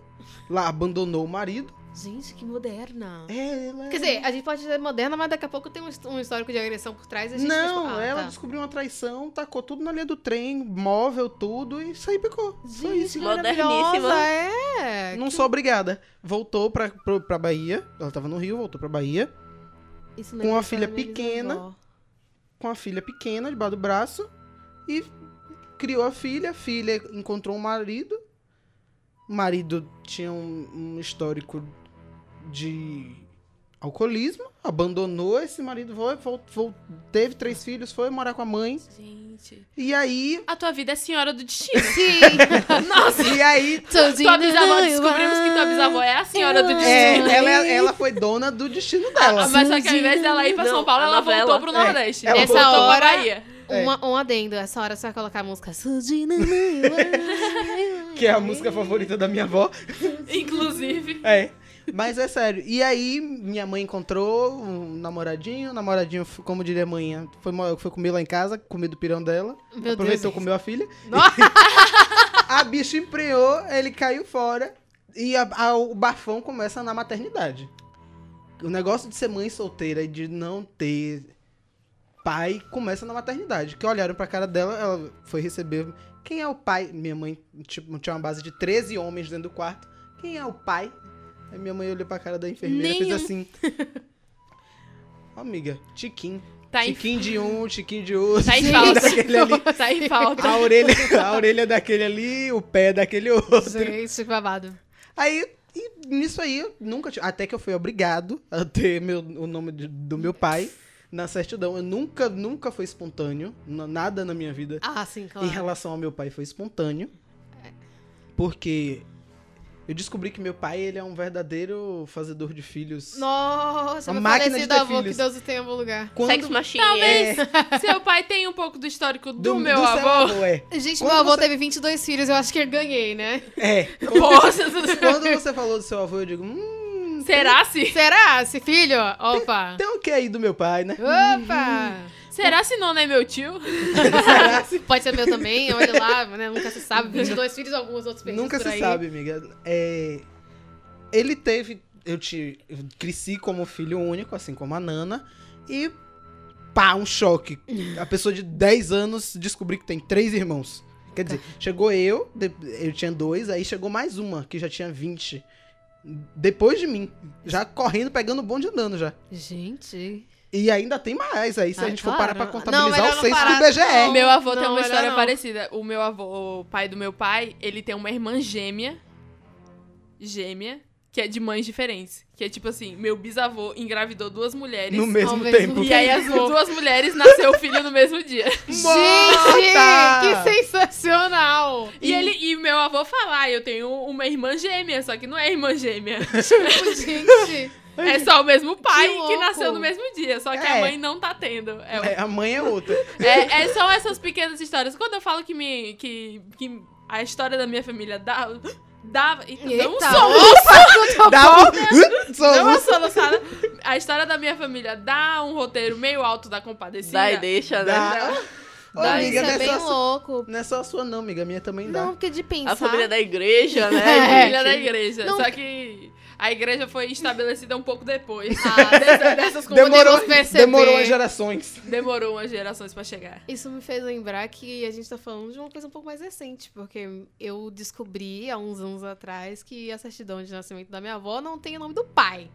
Speaker 3: lá abandonou o marido.
Speaker 2: Gente, que moderna.
Speaker 3: É, ela.
Speaker 2: Quer dizer, a gente pode ser moderna, mas daqui a pouco tem um his- um histórico de agressão por trás e a gente
Speaker 3: não,
Speaker 2: fica, tipo, ah,
Speaker 3: ela
Speaker 2: tá.
Speaker 3: descobriu uma traição, tacou tudo na linha do trem, móvel, tudo, e saiu picou. Só
Speaker 2: Gente,
Speaker 3: isso.
Speaker 2: que
Speaker 1: Moderníssima.
Speaker 2: maravilhosa, é.
Speaker 3: Não sou obrigada. Voltou pra, pro- pra Bahia. Ela tava no Rio, voltou pra Bahia.
Speaker 2: Isso
Speaker 3: com
Speaker 2: lembra
Speaker 3: a filha
Speaker 2: da minha
Speaker 3: pequena.
Speaker 2: bisavó.
Speaker 3: com a filha pequena debaixo do braço e criou a filha. A filha encontrou um marido. O marido tinha um, um histórico de alcoolismo, abandonou esse marido, foi, vol- vol- teve três filhos, foi morar com a mãe.
Speaker 4: Gente.
Speaker 3: E aí.
Speaker 4: A tua vida é senhora
Speaker 2: [laughs]
Speaker 4: do destino.
Speaker 2: Sim.
Speaker 4: Nossa.
Speaker 3: E aí.
Speaker 4: Tua bisavó, descobrimos que tua bisavó é a senhora do
Speaker 3: [laughs] é,
Speaker 4: destino.
Speaker 3: ela, ela foi dona do destino dela.
Speaker 4: Ah, Mas só que ao invés dela ir pra
Speaker 1: Não,
Speaker 4: São Paulo,
Speaker 1: a
Speaker 4: ela
Speaker 1: novela.
Speaker 4: voltou pro
Speaker 3: É,
Speaker 4: Nordeste.
Speaker 3: ela
Speaker 4: Essa
Speaker 2: voltou.
Speaker 4: voltou pra
Speaker 2: Hora-
Speaker 4: Bahia.
Speaker 2: Uma- um adendo, essa hora você vai colocar a música.
Speaker 3: Que é a música favorita da minha avó.
Speaker 4: Inclusive.
Speaker 3: É. Mas é sério. E aí, minha mãe encontrou um namoradinho. O namoradinho, f- como diria amanhã, foi, mo- foi comer lá em casa, comer do pirão dela.
Speaker 2: [laughs] Meu
Speaker 3: aproveitou,
Speaker 2: Deus.
Speaker 3: comeu a filha.
Speaker 2: Nossa.
Speaker 3: [laughs] A bicha emprenhou, ele caiu fora. E a- a- o bafão começa na maternidade. O negócio de ser mãe solteira e de não ter pai começa na maternidade. Que olharam pra cara dela, ela foi receber. Quem é o pai? Minha mãe tipo, tinha uma base de 13 homens dentro do quarto. Quem é o pai? Aí minha mãe olhou pra cara da enfermeira e fez
Speaker 2: um.
Speaker 4: Nenhum.
Speaker 3: assim.
Speaker 2: [laughs]
Speaker 3: Ó, amiga, tiquinho.
Speaker 4: Tá em,
Speaker 3: Tiquinho de um, tiquinho de outro.
Speaker 4: tá em
Speaker 3: tiquinho
Speaker 4: falta.
Speaker 3: [laughs] daquele ali.
Speaker 4: Tá em falta. [laughs]
Speaker 3: A orelha, a orelha daquele ali, o pé daquele outro.
Speaker 2: Gente, que babado.
Speaker 3: Aí, e nisso aí, eu nunca tive- Até que eu fui obrigado a ter meu, o nome de- do meu pai na certidão. Eu nunca, nunca foi espontâneo. n- Nada na minha vida
Speaker 2: Ah, sim, claro.
Speaker 3: em relação ao meu pai foi espontâneo. Porque eu descobri que meu pai, ele é um verdadeiro fazedor de filhos.
Speaker 2: Nossa,
Speaker 3: Uma
Speaker 2: meu
Speaker 3: máquina de
Speaker 2: falecido
Speaker 3: ter
Speaker 2: avô, que
Speaker 3: filhos.
Speaker 2: Deus o tenha em algum lugar.
Speaker 3: Quando-
Speaker 1: Sex Machine. é.
Speaker 4: Talvez seu pai tenha um pouco do histórico do, meu
Speaker 3: seu
Speaker 4: avô.
Speaker 3: é.
Speaker 2: Gente,
Speaker 3: Quando
Speaker 2: meu avô
Speaker 3: você-
Speaker 2: teve 22 filhos, eu acho que eu ganhei, né?
Speaker 4: [laughs]
Speaker 3: É.
Speaker 2: [laughs]
Speaker 4: Poxa,
Speaker 3: Quando você falou do seu avô, eu digo, hum,
Speaker 4: será se?
Speaker 2: Será? Se filho? Opa!
Speaker 3: tem o que aí do meu pai,
Speaker 4: [laughs]
Speaker 3: né?
Speaker 2: Opa!
Speaker 4: Será se não é meu tio?
Speaker 3: Será se
Speaker 2: Uhum. Pode ser meu também, olha lá, né? Nunca se sabe. 22 filhos, alguns outros perdidos
Speaker 3: Nunca
Speaker 2: por
Speaker 3: se
Speaker 2: aí.
Speaker 3: sabe, amiga. É, Ele teve. Eu, te, eu cresci como filho único, assim como a Nana. E. Pá, um choque. A pessoa de 10 anos descobri que tem três irmãos. Quer
Speaker 2: Tá.
Speaker 3: dizer, chegou eu, de- eu tinha dois, aí chegou mais uma, que já tinha 20. Depois de mim. Já correndo, pegando o bonde andando já.
Speaker 2: Gente.
Speaker 3: E ainda tem mais. Aí se a
Speaker 2: Ah,
Speaker 3: gente for
Speaker 2: claro.
Speaker 3: parar pra
Speaker 2: Não,
Speaker 3: contabilizar
Speaker 2: melhor
Speaker 3: os
Speaker 2: não
Speaker 3: seis
Speaker 2: parar,
Speaker 3: do IBGE.
Speaker 2: Não,
Speaker 4: meu avô tem
Speaker 2: não,
Speaker 4: uma
Speaker 2: melhor
Speaker 4: história
Speaker 2: não.
Speaker 4: parecida. O meu avô, o pai do meu pai, ele tem uma irmã gêmea. Gêmea. Que é de mães diferentes. Que é tipo assim, meu bisavô engravidou duas mulheres.
Speaker 3: No mesmo
Speaker 2: Talvez
Speaker 3: tempo.
Speaker 2: não.
Speaker 4: E aí as duas mulheres nasceu filho no mesmo dia.
Speaker 2: Gente, que sensacional!
Speaker 4: E ele e meu avô falar, eu tenho uma irmã gêmea, só que não é irmã gêmea.
Speaker 2: Tipo, gente.
Speaker 4: É só o mesmo pai que,
Speaker 2: louco.
Speaker 4: nasceu no mesmo dia, só que
Speaker 3: É.
Speaker 4: a mãe não tá tendo. É,
Speaker 3: É, a mãe é outra.
Speaker 4: é- é- são essas pequenas histórias. Quando eu falo que me que, que a história da minha família dá dá
Speaker 2: Eita,
Speaker 4: dá um
Speaker 2: Tá
Speaker 4: som,
Speaker 3: Dá um... [laughs]
Speaker 4: dá uma
Speaker 3: Somos-
Speaker 4: soluçada. A história da minha família dá um roteiro meio alto da compadecida.
Speaker 1: Dá e deixa, né?
Speaker 3: Dá. Ô,
Speaker 1: Dá,
Speaker 2: isso
Speaker 3: amiga, não
Speaker 2: é
Speaker 3: é,
Speaker 2: bem
Speaker 3: só, a su-
Speaker 2: louco.
Speaker 3: não é só a sua, não, amiga. A minha também dá.
Speaker 2: Não, porque de pensar...
Speaker 1: A família da igreja, né?
Speaker 4: É, a família
Speaker 1: gente?
Speaker 4: da igreja.
Speaker 2: Não-
Speaker 4: Só que A igreja foi estabelecida um pouco depois.
Speaker 2: Ah,
Speaker 4: Dessa- dessas
Speaker 3: Demorou,
Speaker 4: comunidades.
Speaker 2: perceber.
Speaker 3: demorou as gerações.
Speaker 4: Demorou umas gerações pra chegar.
Speaker 2: Isso me fez lembrar que a gente tá falando de uma coisa um pouco mais recente, porque eu descobri há uns anos atrás que a certidão de nascimento da minha avó não tem o nome do pai.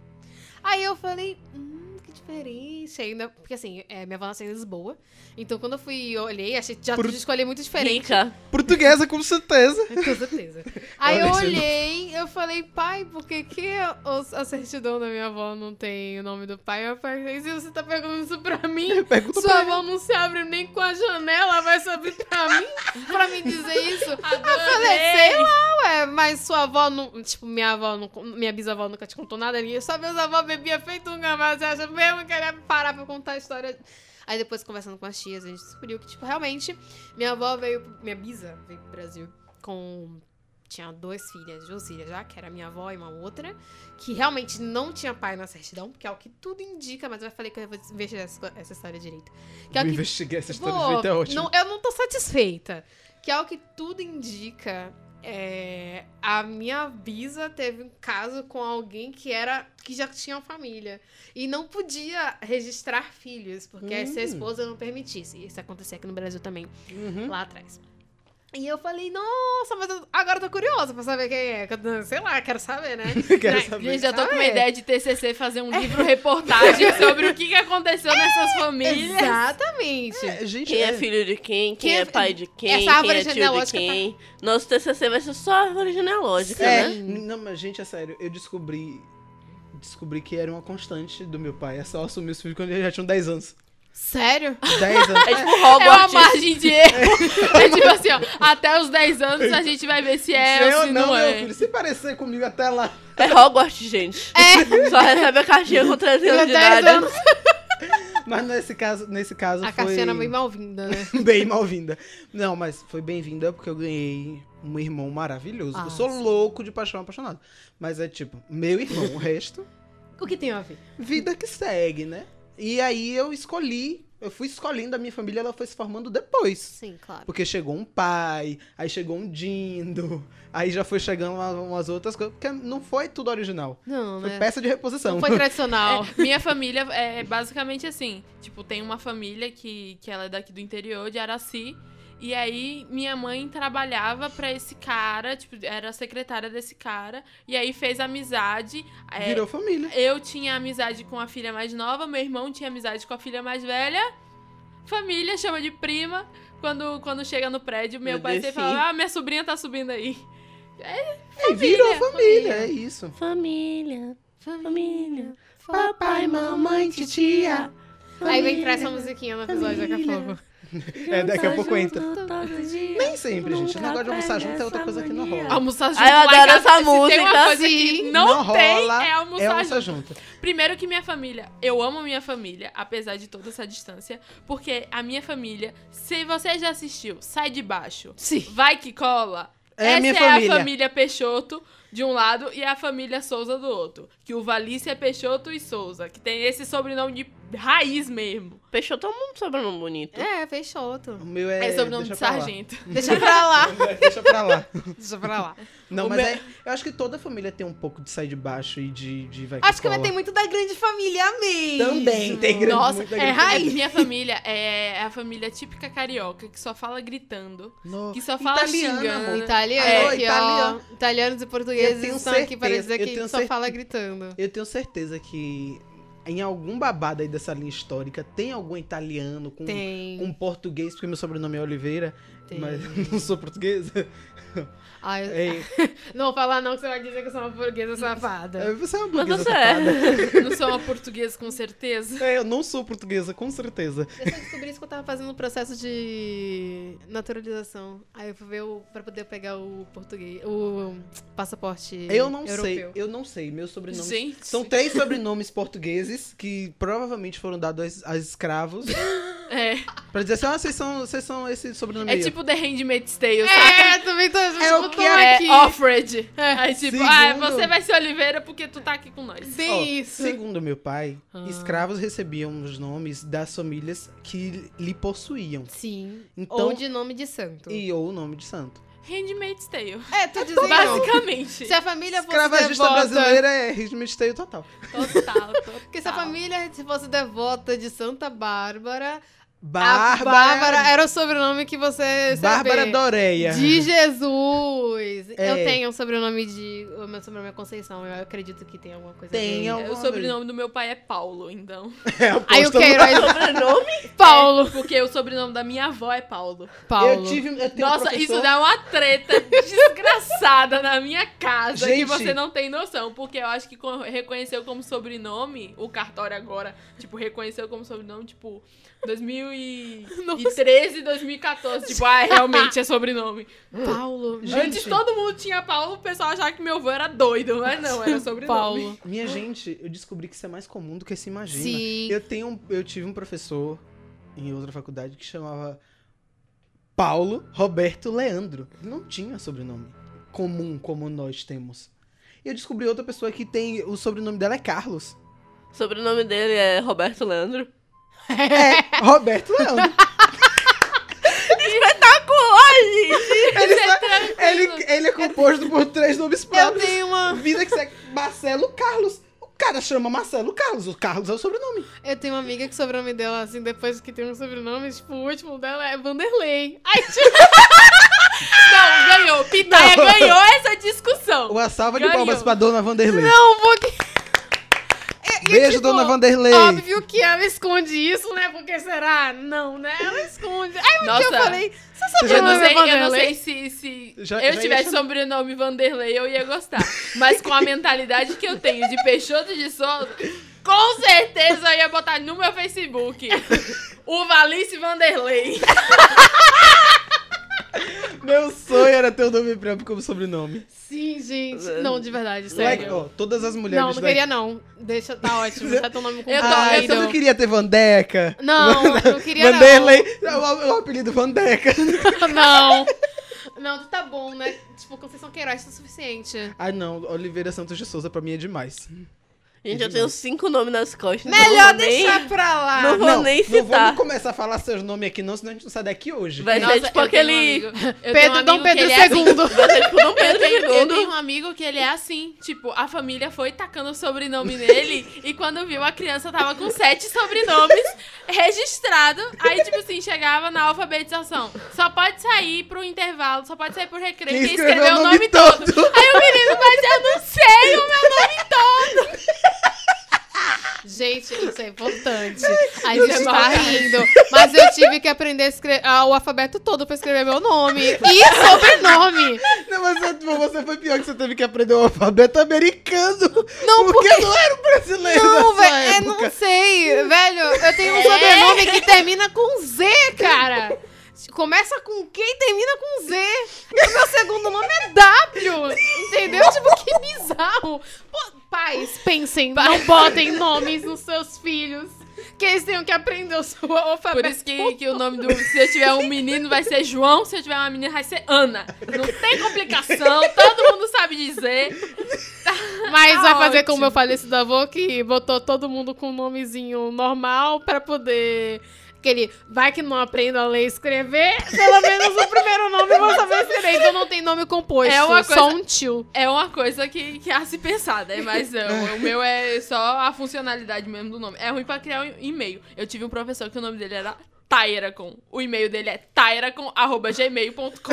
Speaker 2: Aí eu falei, hum, que diferente. Ainda, porque assim, é, minha avó nasceu em Lisboa. Então quando eu fui e olhei, achei já
Speaker 3: Por-
Speaker 2: de escolher muito é diferente.
Speaker 1: Rica.
Speaker 3: Portuguesa, com certeza.
Speaker 2: [laughs] Com certeza. Aí eu
Speaker 3: Olha, isso
Speaker 2: olhei, eu falei, pai, por que, que os- a certidão da minha avó não tem o nome do pai? Meu pai fez, "E você tá perguntando isso pra mim?
Speaker 3: [laughs] Pergunta
Speaker 2: Sua avó não se abre nem com a janela, vai se abrir pra mim? Pra me dizer isso? Eu falei, sei lá, ué, mas sua avó não. Tipo, minha avó, não, minha bisavó nunca te contou nada ali. Só meus avós bebia feito um gambá, você acha mesmo que ela ia parar pra contar a história? Aí depois, conversando com as tias, a gente descobriu que, tipo, realmente, minha avó veio. pro- Minha bisa veio pro Brasil com. Tinha duas filhas, duas filhas já, que era minha avó e uma outra, que realmente não tinha pai na certidão, porque é o que tudo indica, mas eu falei que eu vou investigar essa, essa história direito. Que é o
Speaker 3: Vou
Speaker 2: que
Speaker 3: investigar essa história
Speaker 2: Vou,
Speaker 3: de feito é ótimo.
Speaker 2: não- eu não tô satisfeita. Que ao que tudo indica, é, a minha bisa teve um caso com alguém que era que já tinha família e não podia registrar filhos porque
Speaker 3: Hum.
Speaker 2: se a esposa não permitisse. Isso acontecia aqui no Brasil também
Speaker 3: Uhum.
Speaker 2: lá atrás. E eu falei, nossa, mas eu- agora eu tô curiosa pra saber quem é. que eu- Sei lá, quero saber, né?
Speaker 3: [laughs] Quero
Speaker 2: Né?
Speaker 3: saber.
Speaker 4: Gente, já tô com uma
Speaker 2: Sabe?
Speaker 4: ideia de TCC fazer um livro-reportagem [laughs] sobre o que, que aconteceu nessas famílias.
Speaker 2: Exatamente.
Speaker 3: É, gente,
Speaker 1: Quem é
Speaker 3: é-
Speaker 1: filho de quem? Quem,
Speaker 2: Quem é-
Speaker 1: é pai de quem?
Speaker 2: Essa
Speaker 1: quem
Speaker 2: árvore
Speaker 1: é tio de
Speaker 2: genealógica tá-
Speaker 1: quem? Nosso TCC vai ser só árvore genealógica,
Speaker 3: É,
Speaker 1: né?
Speaker 2: Sim.
Speaker 3: não, mas gente, é sério, eu descobri. Descobri que era uma constante do meu pai. É só assumir os filhos quando ele já tinha
Speaker 2: [laughs]
Speaker 3: 10 anos.
Speaker 2: Sério?
Speaker 3: 10 anos.
Speaker 1: É tipo
Speaker 4: É uma
Speaker 1: Hogwarts.
Speaker 4: margem de erro. É tipo assim, ó, até os 10 anos a gente vai ver se é
Speaker 3: Se
Speaker 4: ou
Speaker 3: eu
Speaker 4: se não,
Speaker 3: não, meu
Speaker 4: é.
Speaker 3: filho, se parecer comigo até lá.
Speaker 1: É Hogwarts, gente. É. Só recebe a caixinha com 13 anos de
Speaker 2: Meu 10
Speaker 1: idade.
Speaker 2: anos.
Speaker 3: Mas nesse caso, nesse caso
Speaker 2: A
Speaker 3: foi
Speaker 2: Cassiana bem mal-vinda, né?
Speaker 3: [laughs] bem mal-vinda. Não, mas foi bem-vinda porque eu ganhei um irmão maravilhoso.
Speaker 2: Ah,
Speaker 3: eu sou
Speaker 2: sim.
Speaker 3: louco de paixão apaixonado. Mas é tipo, meu irmão, o resto,
Speaker 2: [laughs] O que tem a ver?
Speaker 3: vida que segue, né? E aí eu escolhi, eu fui escolhendo a minha família, ela foi se formando depois.
Speaker 2: Sim, claro.
Speaker 3: Porque chegou um pai, aí chegou um dindo, aí já foi chegando uma- umas outras coisas, porque não foi tudo original.
Speaker 2: Não,
Speaker 3: Foi
Speaker 2: né?
Speaker 3: peça de reposição.
Speaker 2: Não foi
Speaker 3: [laughs]
Speaker 2: tradicional.
Speaker 4: É, minha família é basicamente assim. Tipo, tem uma família que, que ela é daqui do interior, de Araci. E aí, minha mãe trabalhava pra esse cara, tipo, era secretária desse cara. E aí, fez amizade. é,
Speaker 3: [laughs] Virou família.
Speaker 4: eu tinha amizade com a filha mais nova, meu irmão tinha amizade com a filha mais velha. Família chama de prima. Quando, quando chega no prédio, meu
Speaker 1: Meu
Speaker 4: pai sempre
Speaker 1: Deus,
Speaker 4: fala: Ah, minha sobrinha tá subindo aí.
Speaker 3: É, virou família,
Speaker 2: família.
Speaker 3: é isso.
Speaker 1: Família,
Speaker 3: É.
Speaker 1: família. Papai,
Speaker 3: Papai,
Speaker 1: mamãe,
Speaker 3: mamãe,
Speaker 1: titia.
Speaker 3: titia.
Speaker 2: Aí vem entrar essa musiquinha no episódio daqui a pouco.
Speaker 3: É, daqui a pouco entra. Nem sempre, gente. O
Speaker 1: Nunca
Speaker 3: negócio de almoçar
Speaker 1: perde
Speaker 3: junto é outra
Speaker 1: essa
Speaker 3: coisa que não
Speaker 1: mania.
Speaker 3: rola.
Speaker 4: Almoçar junto.
Speaker 1: Ai, Ah, eu
Speaker 4: lá em
Speaker 1: adoro
Speaker 4: casa,
Speaker 1: essa
Speaker 4: se Tem
Speaker 3: Tá
Speaker 4: uma
Speaker 1: música.
Speaker 4: coisa que
Speaker 2: Sim.
Speaker 4: não, tem,
Speaker 3: rola,
Speaker 4: é almoçar, junto.
Speaker 3: junto.
Speaker 4: Primeiro que minha família, eu amo minha família, apesar de toda essa distância, porque a minha família, se você já assistiu, sai de baixo,
Speaker 2: Sim.
Speaker 4: vai que cola.
Speaker 3: É a
Speaker 4: Essa
Speaker 3: minha
Speaker 4: é
Speaker 3: família.
Speaker 4: a família Peixoto de um lado e a família Souza do outro. Que o Valícia é Peixoto e Souza, que tem esse sobrenome de raiz mesmo.
Speaker 1: Peixoto é um sobrenome bonito.
Speaker 2: É, Peixoto.
Speaker 3: O meu é.
Speaker 4: É, sobrenome
Speaker 3: deixa
Speaker 4: de
Speaker 3: pra lá.
Speaker 4: sargento.
Speaker 2: Deixa pra lá.
Speaker 3: [laughs] Deixa pra lá.
Speaker 2: Deixa pra lá.
Speaker 3: Não,
Speaker 4: O
Speaker 3: mas
Speaker 4: meu-
Speaker 3: é, eu acho que toda família tem um pouco de sair de baixo e de, de vai
Speaker 2: Acho que
Speaker 3: cola.
Speaker 2: vai ter muito da grande família, amém.
Speaker 3: Também tem grande
Speaker 4: Nossa,
Speaker 3: muita
Speaker 2: é
Speaker 3: grande-
Speaker 2: raiz. Ai.
Speaker 4: Minha família é a família típica carioca, que só fala gritando,
Speaker 3: No-
Speaker 4: que só fala
Speaker 3: Italiana,
Speaker 4: xingando.
Speaker 2: né?
Speaker 3: amor.
Speaker 2: Italiano,
Speaker 4: É,
Speaker 2: aqui,
Speaker 3: italiano.
Speaker 2: ó. Italianos e
Speaker 3: Eu
Speaker 2: portugueses
Speaker 3: tenho
Speaker 2: estão aqui para
Speaker 3: certeza,
Speaker 2: dizer
Speaker 3: eu
Speaker 2: que
Speaker 3: tenho
Speaker 2: só
Speaker 3: cer-
Speaker 2: fala gritando.
Speaker 3: Eu tenho certeza que em algum babado aí dessa linha histórica tem algum italiano com,
Speaker 2: Tem,
Speaker 3: com português, porque meu sobrenome é Oliveira,
Speaker 2: tem.
Speaker 3: mas [laughs] eu não sou portuguesa.
Speaker 2: Ai, eu-
Speaker 3: É,
Speaker 2: Não vou falar não, que você vai dizer que eu sou uma burguesa safada.
Speaker 3: é, você é uma
Speaker 1: Mas
Speaker 3: burguesa
Speaker 1: você
Speaker 3: safada.
Speaker 1: é.
Speaker 4: Não sou uma portuguesa com certeza.
Speaker 3: É, eu não sou portuguesa, com certeza.
Speaker 2: Eu só descobri isso quando eu tava fazendo um processo de naturalização. Aí eu fui ver o, pra poder pegar o português, o passaporte
Speaker 3: Eu não
Speaker 2: europeu.
Speaker 3: sei, eu não sei. Meus sobrenomes
Speaker 4: Gente.
Speaker 2: [laughs]
Speaker 3: São três sobrenomes portugueses que provavelmente foram dados a escravos.
Speaker 4: É,
Speaker 3: Pra dizer assim, ah, vocês são, vocês são esse sobrenome
Speaker 4: é
Speaker 3: aí. ó.
Speaker 4: tipo The Handmaid's Tale, saca?
Speaker 2: É, também tô
Speaker 3: É o que
Speaker 2: tô
Speaker 4: É,
Speaker 2: aqui.
Speaker 4: Offred. Aí tipo, ah,
Speaker 3: Segundo-
Speaker 4: você vai ser Oliveira porque tu tá aqui com nós.
Speaker 2: Tem
Speaker 3: Ó,
Speaker 2: isso.
Speaker 3: Segundo meu pai,
Speaker 2: Ah.
Speaker 3: escravos recebiam os nomes das famílias que lhe possuíam.
Speaker 2: Sim.
Speaker 3: Então,
Speaker 2: Ou de nome de santo.
Speaker 3: e ou o nome de santo.
Speaker 4: Handmaid's Tale.
Speaker 2: É, tô dizendo.
Speaker 4: Basicamente.
Speaker 2: se a família fosse
Speaker 3: Escravagista
Speaker 2: é devota...
Speaker 3: brasileira é Handmaid's Tale total.
Speaker 4: Total, total.
Speaker 2: Porque se a família fosse devota de Santa Bárbara, a
Speaker 3: Bárbara,
Speaker 2: Bárbara é era o sobrenome que você
Speaker 3: Bárbara
Speaker 2: sabia.
Speaker 3: Doreia.
Speaker 2: De Jesus! Eu
Speaker 3: É.
Speaker 2: tenho um sobrenome de. O meu sobrenome é Conceição. Eu acredito que tem alguma coisa.
Speaker 3: [laughs] Tem
Speaker 2: gay.
Speaker 3: algum-
Speaker 4: É, O sobrenome do meu pai é Paulo, então.
Speaker 3: [laughs]
Speaker 4: [laughs]
Speaker 3: É, a
Speaker 2: Aí o
Speaker 3: aposta- [laughs]
Speaker 2: Queiroz.
Speaker 1: Sobrenome?
Speaker 2: Paulo.
Speaker 4: É, porque o sobrenome da minha avó é Paulo.
Speaker 2: Paulo.
Speaker 3: Eu tive. Eu tenho um
Speaker 4: Nossa,
Speaker 3: professor-
Speaker 4: isso dá uma treta desgraçada na minha casa que
Speaker 3: Gente.
Speaker 4: você não tem noção. Porque eu acho que co- reconheceu como sobrenome, o cartório agora, tipo, reconheceu como sobrenome, tipo, 2013, 2014. Tipo, ah, realmente é sobrenome.
Speaker 2: Paulo.
Speaker 3: Gente.
Speaker 4: Antes todo mundo tinha Paulo, o pessoal achava que meu avô era doido, mas não, era sobrenome.
Speaker 2: Paulo.
Speaker 3: Minha gente, eu descobri que isso é mais comum do que se imagina.
Speaker 2: Sim.
Speaker 3: Eu, tenho, um- eu tive um professor em outra faculdade que chamava Paulo Roberto Leandro. Não tinha sobrenome comum como nós temos. E eu descobri outra pessoa que tem. O sobrenome dela
Speaker 2: [laughs]
Speaker 3: é Carlos.
Speaker 1: Sobrenome dele é Roberto Leandro.
Speaker 3: É, Roberto
Speaker 2: [laughs]
Speaker 3: Leandro.
Speaker 4: Isso é
Speaker 3: Ele, só-
Speaker 4: tranquilo.
Speaker 3: ele, ele é composto por três nomes
Speaker 2: Eu
Speaker 3: próprios.
Speaker 2: tenho uma.
Speaker 3: Vida que segue. Marcelo Carlos. O cara chama Marcelo Carlos. O Carlos é o sobrenome.
Speaker 2: Eu tenho uma amiga que o sobrenome dela, assim, depois que tem um sobrenome, tipo, o último dela é Vanderlei. Ai,
Speaker 3: [laughs]
Speaker 2: tipo,
Speaker 4: Não, ganhou. Pitaia
Speaker 3: Não.
Speaker 4: ganhou essa discussão.
Speaker 3: Uma salva de
Speaker 4: Ganhou.
Speaker 3: palmas pra dona Vanderlei.
Speaker 2: não, porque. E,
Speaker 3: Beijo,
Speaker 2: tipo,
Speaker 3: dona Vanderlei.
Speaker 2: Óbvio que ela esconde isso, né? Porque será? Não, né? Ela esconde. Ai, um dia eu
Speaker 4: Nossa.
Speaker 2: falei. Você sabia
Speaker 4: Eu
Speaker 2: o
Speaker 4: não
Speaker 2: nome
Speaker 4: sei,
Speaker 2: é
Speaker 4: eu não
Speaker 2: Vanderlei?
Speaker 4: sei se, se
Speaker 3: Já-
Speaker 4: eu
Speaker 3: já ia
Speaker 4: tivesse
Speaker 3: chamar.
Speaker 4: sobrenome Vanderlei, eu ia gostar. Mas com a mentalidade que eu tenho de Peixoto de Souza, com certeza eu ia botar no meu Facebook o Valice Vanderlei.
Speaker 3: Meu sonho era ter o nome próprio como sobrenome.
Speaker 2: Sim, gente. Não, de verdade,
Speaker 3: Like,
Speaker 2: sério.
Speaker 3: ó, todas as mulheres.
Speaker 2: Não, não
Speaker 3: like-
Speaker 2: queria não. Deixa,
Speaker 4: [laughs]
Speaker 2: tá ótimo. Já teu nome com
Speaker 4: Eu tô-
Speaker 3: Ah,
Speaker 4: eu
Speaker 3: você
Speaker 4: tô-
Speaker 3: não queria ter Vandeca?
Speaker 2: Não, não
Speaker 4: [laughs]
Speaker 2: queria
Speaker 3: Vanderlei. É o, o apelido Vandeca. [laughs]
Speaker 2: não. Não. Não, tu tá bom, né? Tipo, Conceição Queiroz isso é o suficiente.
Speaker 3: Ai, não. Oliveira Santos de Souza pra mim é demais.
Speaker 1: Gente, eu tenho cinco nomes nas costas. então eu
Speaker 2: Melhor
Speaker 1: vou nem-
Speaker 2: deixar pra lá.
Speaker 1: Não vou nem
Speaker 3: Ah, Não
Speaker 1: citar.
Speaker 3: vamos começar a falar seus nomes aqui, não, senão a gente não sai daqui hoje.
Speaker 1: Vai ser tipo
Speaker 4: eu tenho um
Speaker 1: aquele.
Speaker 4: amigo- eu tenho um
Speaker 2: Pedro, Dom
Speaker 4: amigo que
Speaker 2: Pedro
Speaker 4: ele é assim. [laughs]
Speaker 2: II.
Speaker 1: Vai ser tipo Dom
Speaker 4: Eu
Speaker 1: Pedro
Speaker 4: tenho, eu tenho
Speaker 1: II.
Speaker 4: um amigo que ele é assim, tipo, a família foi tacando o sobrenome nele e quando viu a criança tava com sete sobrenomes registrado, aí tipo assim, chegava na alfabetização. Só pode sair pro intervalo, só pode sair pro recreio quem escreveu o nome todo. Aí o menino, mas eu não sei o meu nome todo.
Speaker 2: Gente, isso é importante. A gente
Speaker 4: Isso é
Speaker 2: tá
Speaker 4: maldade.
Speaker 2: rindo. Mas eu tive que aprender a escrever, ah, o alfabeto todo pra escrever meu nome.
Speaker 4: [laughs]
Speaker 2: E sobrenome.
Speaker 3: [laughs] Não, mas eu- você foi pior que você teve que aprender o alfabeto americano.
Speaker 2: Não,
Speaker 3: porque eu não era um brasileiro.
Speaker 2: Não,
Speaker 3: nessa
Speaker 2: velho, é, eu
Speaker 3: época.
Speaker 2: não sei, velho. Eu tenho um
Speaker 4: É.
Speaker 2: sobrenome que termina com Z, cara. Começa com Q e termina com Z. E o meu segundo nome é W.
Speaker 4: [laughs]
Speaker 2: Entendeu? Tipo, que bizarro. Pô, pais, pensem, não botem nomes nos seus filhos. Que eles tenham que aprender o seu alfabeto.
Speaker 4: Por isso que, que o nome do. Se eu tiver um menino, vai ser João, se eu tiver uma menina, vai ser Ana. Não tem complicação, todo mundo sabe dizer.
Speaker 2: Mas
Speaker 4: Tá
Speaker 2: vai fazer
Speaker 4: ótimo.
Speaker 2: como eu falei esse avô que botou todo mundo com um nomezinho normal pra poder. Que ele vai que não aprenda a ler e escrever, pelo menos o primeiro nome eu vou saber direito. Então não tem nome composto,
Speaker 4: É uma
Speaker 2: só
Speaker 4: coisa-
Speaker 2: um tio.
Speaker 4: É uma coisa que, que há se pensar, né? Mas
Speaker 3: [laughs]
Speaker 4: não, o meu é só a funcionalidade mesmo do nome. É ruim pra criar um e-mail. Eu tive um professor que o nome dele era Tairacon. O e-mail dele é
Speaker 3: [laughs]
Speaker 4: tairacon.gmail.com.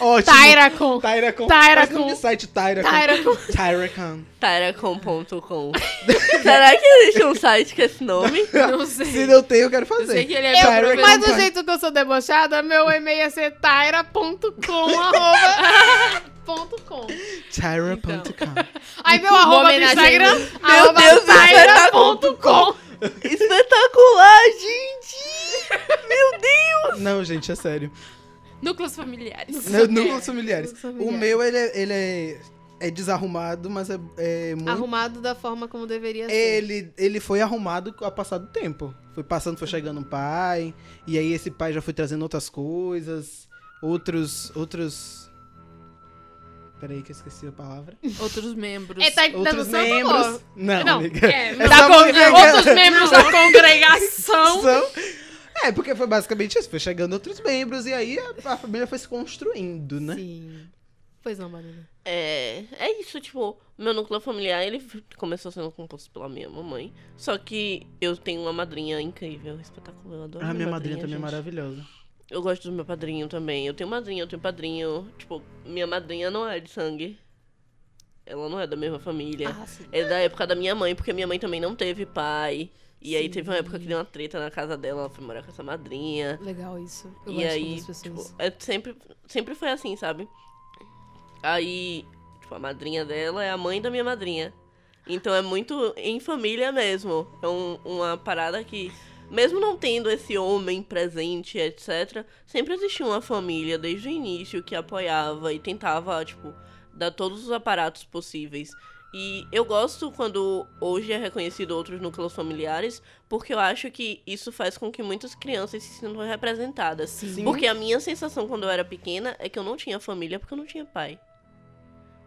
Speaker 3: Ótimo.
Speaker 2: Tyracon. Tyracon.
Speaker 3: Tyracon. Parece nome de site Tyracon.
Speaker 2: Tyracon.
Speaker 3: [laughs]
Speaker 4: [laughs]
Speaker 3: Tyracon.
Speaker 1: Taracom.com. [laughs] Será que existe um site com esse
Speaker 3: [laughs]
Speaker 1: nome?
Speaker 4: Não sei.
Speaker 3: Se não tem, eu quero fazer.
Speaker 4: Eu sei que ele é meu
Speaker 3: Tyracon.
Speaker 2: Mas do
Speaker 3: Tyracon.
Speaker 2: jeito que eu sou debochada, meu e-mail é ser taira.com. [laughs] arroba, ponto com.
Speaker 4: Então.
Speaker 3: Tyra.com.
Speaker 2: Aí meu
Speaker 4: Uma
Speaker 2: arroba do
Speaker 4: homenagem
Speaker 2: Instagram,
Speaker 4: aí.
Speaker 1: Meu
Speaker 2: arroba
Speaker 1: Deus, isso é
Speaker 2: taira.com.
Speaker 1: Espetacular, gente! Meu Deus!
Speaker 3: Não, gente, é
Speaker 4: [laughs]
Speaker 3: sério.
Speaker 4: Núcleos familiares.
Speaker 3: Não, Núcleos familiares.
Speaker 2: Núcleos
Speaker 3: O
Speaker 2: familiares.
Speaker 3: meu, ele é, ele é, é desarrumado, mas é, é muito...
Speaker 2: Arrumado da forma como deveria ser.
Speaker 3: Ele, ele foi arrumado ao passar do tempo. Foi passando, foi chegando um pai. E aí esse pai já foi trazendo outras coisas. Outros... Outros... Peraí que eu esqueci
Speaker 4: [laughs]
Speaker 3: a palavra.
Speaker 4: Outros membros.
Speaker 2: Ele tá dando
Speaker 3: Outros
Speaker 2: santo amor.
Speaker 3: membros... Não,
Speaker 2: Não,
Speaker 3: amiga.
Speaker 4: É,
Speaker 3: Essa
Speaker 2: Da con-
Speaker 3: música-
Speaker 2: Outros membros da congregação.
Speaker 3: São- É, porque foi basicamente isso. Foi chegando outros membros e aí a, a família foi se construindo, né?
Speaker 2: Sim. Pois não, Marina.
Speaker 1: É, é isso, tipo, meu núcleo familiar, ele começou sendo composto pela minha mamãe. Só que eu tenho uma madrinha incrível, espetacular, eu adoro
Speaker 3: Ah, minha madrinha também é
Speaker 1: gente.
Speaker 3: maravilhosa.
Speaker 1: Eu gosto do meu padrinho também. Eu tenho madrinha, eu tenho padrinho. Tipo, minha madrinha não é de sangue. Ela não é da mesma família.
Speaker 2: Ah, sim.
Speaker 1: É da época da minha mãe, porque minha mãe também não teve pai. E aí
Speaker 2: Sim.
Speaker 1: teve uma época que deu uma treta na casa dela, ela foi morar com essa madrinha.
Speaker 2: Legal isso. Eu
Speaker 1: e
Speaker 2: gosto
Speaker 1: aí,
Speaker 2: quando as pessoas.
Speaker 1: tipo, é sempre, sempre foi assim, sabe? Aí, tipo, a madrinha dela é a mãe da minha madrinha. Então é muito em família mesmo. É um- uma parada que, mesmo não tendo esse homem presente, etc., sempre existia uma família desde o início que apoiava e tentava, tipo, dar todos os aparatos possíveis. E eu gosto quando hoje é reconhecido outros núcleos familiares, porque eu acho que isso faz com que muitas crianças se sintam representadas.
Speaker 3: Sim.
Speaker 1: Porque a minha sensação quando eu era pequena é que eu não tinha família porque eu não tinha pai.